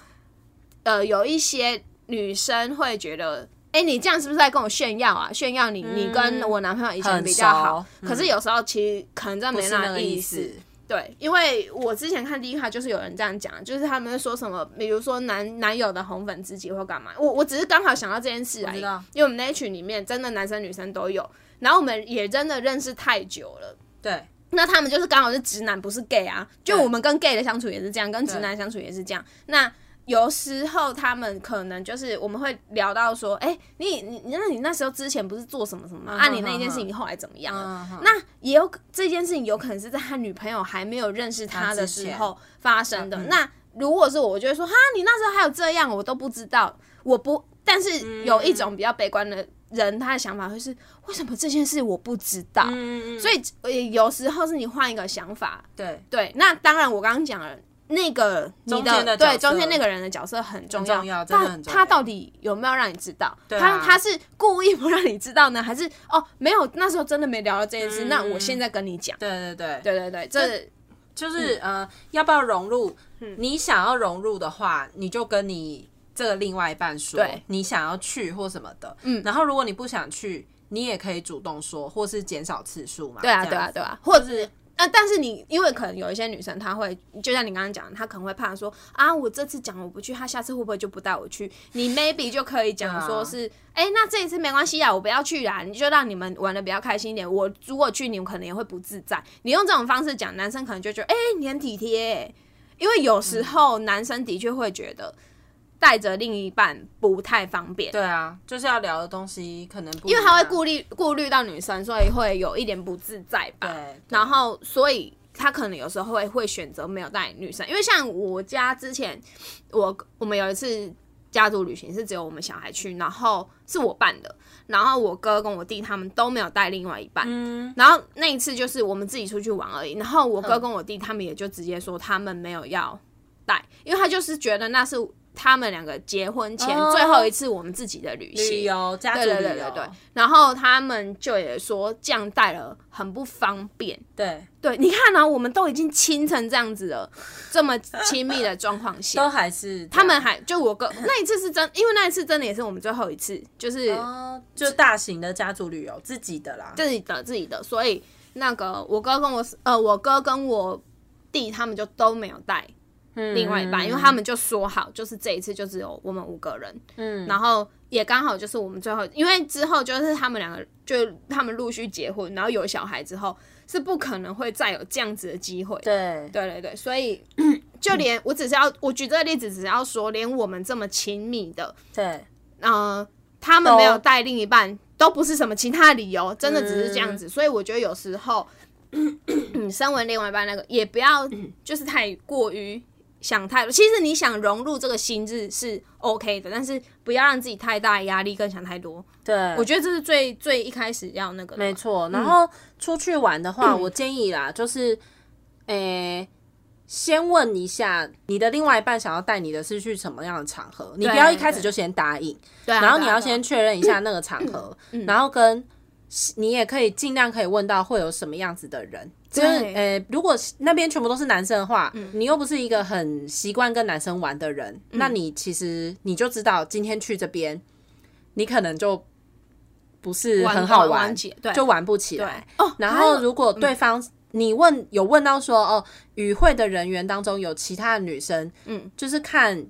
呃，有一些女生会觉得，哎、你这样是不是在跟我炫耀啊？炫耀你，你跟我男朋友以前嗯很比较熟好。嗯可是有时候其实可能真的不没是那那个意意思。思。对，因为我之前看第一卡就是有人这样讲，就是他们会说什么，比如说男男友的红粉知己或干嘛，我我只是刚好想到这件事而我已知道，因为我们那一群里面真的男生女生都有。然后我们也真的认识太久了。对，那他们就是刚好是直男，不是 gay 啊。就对我们跟 gay 的相处也是这样，跟直男相处也是这样。那有时候他们可能就是我们会聊到说，哎、你你你那你那时候之前不是做什么什么吗？嗯啊，哼你那哼件事哼情后来怎么样了？嗯哼那也有这件事情有可能是在他女朋友还没有认识他的时候发生嗯的。那如果是我，我就会说哈，你那时候还有这样，我都不知道。我不，但嗯是有一种比较悲观的人，他的想法会是为什么这件事我不知道？嗯嗯，所以呃有时候是你换一个想法，对，对。那当然，我刚刚讲了。那个你中间的角对色中间那个人的角色很重要，很重要真的但很重要他到底有没有让你知道？对他啊他是故意不让你知道呢，还是哦没有那时候真的没聊到这件事？嗯那我现在跟你讲，对对对，对嗯对对，这就是、呃，要不要融入？嗯你想要融入的话，你就跟你这个另外一半说对，你想要去或什么的。嗯，然后如果你不想去，你也可以主动说，或是减少次数嘛。对啊这样对啊子对啊，或者是。啊，但是你因为可能有一些女生，她会就像你刚刚讲，她可能会怕说啊，我这次讲我不去，她下次会不会就不带我去？你 maybe 就可以讲说是，哎、那这一次没关系啊，我不要去啦，你就让你们玩的比较开心一点。我如果去，你们可能也会不自在。你用这种方式讲，男生可能就觉得，哎、你很体贴、因为有时候男生的确会觉得带着另一半不太方便。对啊，就是要聊的东西可能不一因样，为他会顾虑顾虑到女生，所以会有一点不自在吧。对然后所以他可能有时候会会选择没有带女生，因为像我家之前，我我们有一次家族旅行是只有我们小孩去，然后是我办的，然后我哥跟我弟他们都没有带另外一半。嗯然后那一次就是我们自己出去玩而已，然后我哥跟我弟他们也就直接说他们没有要带，因为他就是觉得那是他们两个结婚前哦最后一次我们自己的旅行，旅游家族对旅游对对对对，然后他们就也说这样带了很不方便。对对，你看呢、哦我们都已经亲成这样子了，这么亲密的状况都下，还是他们还就我哥那一次是真，因为那一次真的也是我们最后一次，就是哦，就大型的家族旅游自己的啦，自己的自己的，所以那个我哥跟我呃，我哥跟我弟他们就都没有带嗯另外一半，因为他们就说好，就是这一次就只有我们五个人，嗯然后也刚好就是我们最后，因为之后就是他们两个就他们陆续结婚，然后有小孩之后，是不可能会再有这样子的机会。对对对对，所以就嗯连我只是要我举这个例子，只是要说，连我们这么亲密的，对呃，他们没有都带另一半，都不是什么其他理由，真的只是嗯这样子。所以我觉得有时候，嗯， 身为另外一半那个，也不要嗯就是太过于想太多。其实你想融入这个心智是 OK 的，但是不要让自己太大的压力，跟想太多。对，我觉得这是最最一开始要那个的嘛没错。然后出去玩的话，我建议啦，就是诶、先问一下你的另外一半想要带你的是去什么样的场合，你不要一开始就先答应，对啊、然后你对啊要对啊先确认一下那个场合，嗯然后跟你也可以尽量可以问到会有什么样子的人。就是对嗯呃，如果是那边全部都是男生的话，你又不是一个很习惯跟男生玩的人，那你其实你就知道今天去这边，你可能就不是玩很好玩玩起对就玩不起对来。哦，然还后有如果对方、你问有问到说哦，与会的人员当中有其他的女生，嗯，就是看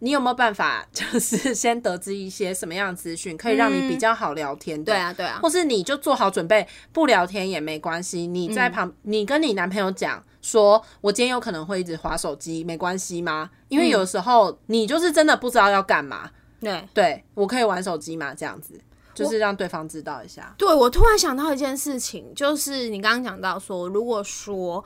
你有没有办法，就是 先得知一些什么样的资讯，可以让你比较好聊天的。嗯对啊对啊，或是你就做好准备，不聊天也没关系。你嗯在旁，你跟你男朋友讲说，我今天有可能会一直划手机，没关系吗？因为有时候你就是真的不知道要干嘛。嗯对。对我可以玩手机嘛？这样子就是让对方知道一下。对，我突然想到一件事情，就是你刚刚讲到说，如果说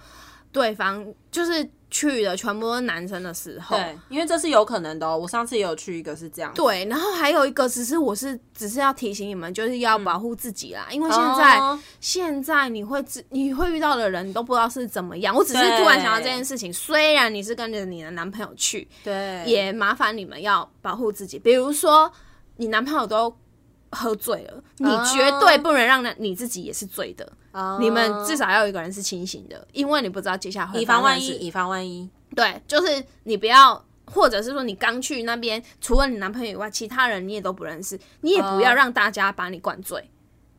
对方就是去的全部都是男生的时候，对，因为这是有可能的、哦。我上次也有去一个是这样子，对，然后还有一个，只是我是只是要提醒你们，就是要保护自己啦，因为现嗯哦在、现在你会知你会遇到的人，你都不知道是怎么样。我只是突然想到这件事情，虽然你是跟着你的男朋友去，对也麻烦你们要保护自己，比如说你男朋友都。喝醉了，你哦绝对不能让那你自己也是醉的。哦你们至少要有一个人是清醒的，因为你不知道接下来会以防发万生一，什么事以防万一。对，就是你不要，或者是说你刚去那边，除了你男朋友以外，其他人你也都不认识，你也不要哦让大家把你灌醉。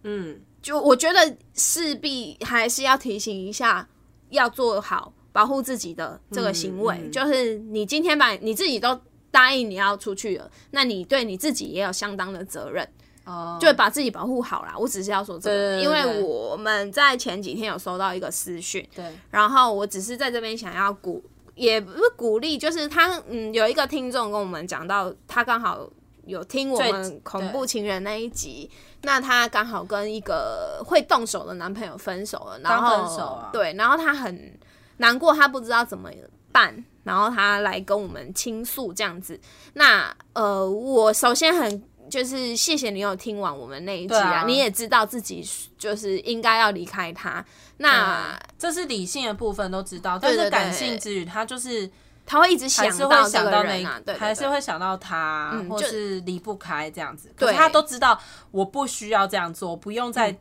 嗯，就我觉得势必还是要提醒一下，要做好保护自己的这个行为。嗯嗯就是你今天把你自己都答应你要出去了，那你对你自己也有相当的责任。哦，就把自己保护好啦。我只是要说这个，对对对因为对我们在前几天有收到一个私讯，对，然后我只是在这边想要鼓，也不是鼓励，就是他嗯，有一个听众跟我们讲到，他刚好有听我们最恐怖情人那一集，那他刚好跟一个会动手的男朋友分手了，然后刚分手啊对，然后他很难过，他不知道怎么办。然后他来跟我们倾诉这样子，那呃，我首先很就是谢谢你有听完我们那一集对啊，啊你也知道自己就是应该要离开他。那、这是理性的部分都知道，但对是对感性之余，他就是他会一直想还是会这想个到那人一啊，对，对还是对会想到他，嗯或就是离不开这样子。可是对他都知道我不需要这样做，不用再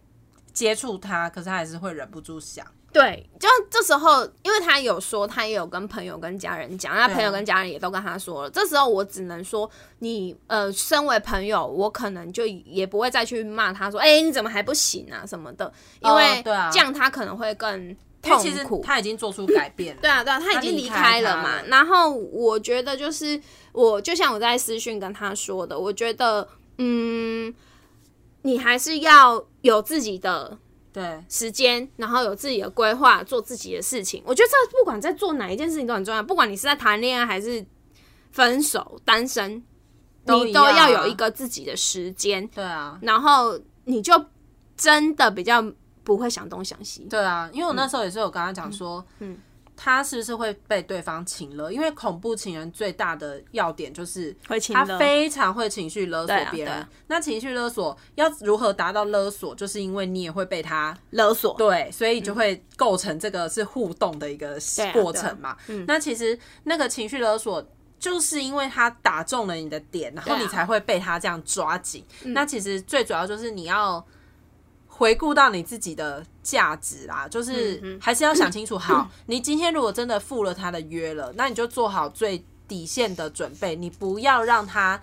接触他，可是他还是会忍不住想。对，就这时候，因为他有说他也有跟朋友跟家人讲，那对啊朋友跟家人也都跟他说了。这时候我只能说你，呃，身为朋友，我可能就也不会再去骂他说，哎、你怎么还不行啊什么的，因为哦对啊这样他可能会更因为痛其实苦。他已经做出改变了，对啊，对啊，他已他经离离开开他了嘛。了然后我觉得就是我，就像我在私讯跟他说的，我觉得，嗯，你还是要有自己的对时间，然后有自己的规划，做自己的事情。我觉得这不管在做哪一件事情都很重要，不管你是在谈恋爱还是分手、单身，都你一都样啊要有一个自己的时间，对啊，然后你就真的比较不会想东想西。对啊，因为我嗯那时候也是有跟他讲说，嗯，他是不是会被对方请了？因为恐怖情人最大的要点就是会请他勒非常会情绪勒索对啊别人。对啊那情绪勒索要如何达到勒索，就是因为你也会被他勒索，对，所以就会构成这个是互动的一个对啊过程嘛。那其实那个情绪勒索。就是因为他打中了你的点，然后对啊嗯你才会被他这样抓紧。那其实最主要就是你要回顾到你自己的价值啦，嗯就是还是要想清楚。好， 你今天如果真的赴了他的约了，那你就做好最底线的准备，你不要让他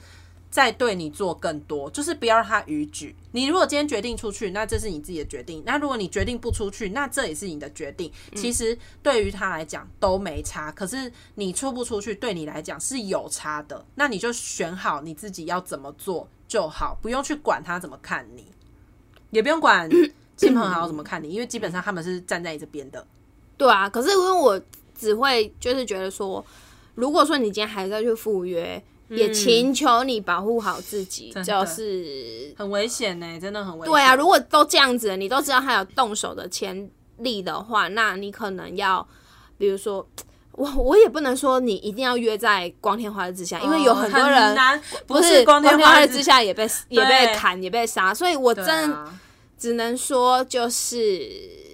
再对你做更多，就是不要让他逾矩。你如果今天决定出去，那这是你自己的决定；那如果你决定不出去，那这也是你的决定。嗯其实对于他来讲都没差，可是你出不出去，对你来讲是有差的。那你就选好你自己要怎么做就好，不用去管他怎么看 你，也不用管亲朋好友怎么看你，因为基本上他们是站在你这边的。对啊。可是因为我只会就是觉得说，如果说你今天还在去赴约，也请求你保护好自己，真就的是很危险呢、真的很危险。对啊，如果都这样子了，你都知道他有动手的潜力的话，那你可能要，比如说，我我也不能说你一定要约在光天化日之下，因为有很多人哦难，不是光天天化日日之下也被也被对砍也被杀，所以我对真啊的只能说就是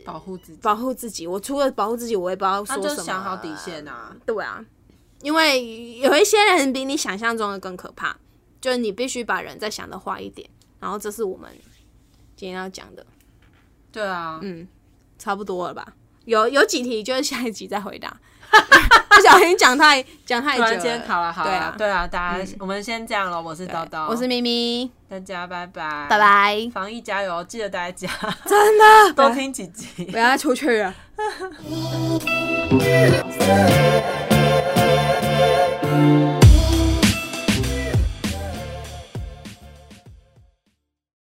保护自己，保护自己。我除了保护自己，我也不知道那说什就么。是想好底线啊。对啊，因为有一些人比你想象中的更可怕，就是你必须把人再想的坏一点。然后这是我们今天要讲的，对啊，嗯，差不多了吧？有有几题就是下一集再回答， 不小心讲太讲太突久然间好了。了好对了啊，对啊，大家我们先这样了。我是叨叨，我是咪咪，大家拜拜，拜，拜。防疫加油，记得待在家，真的， 多听几集。不要再出去了。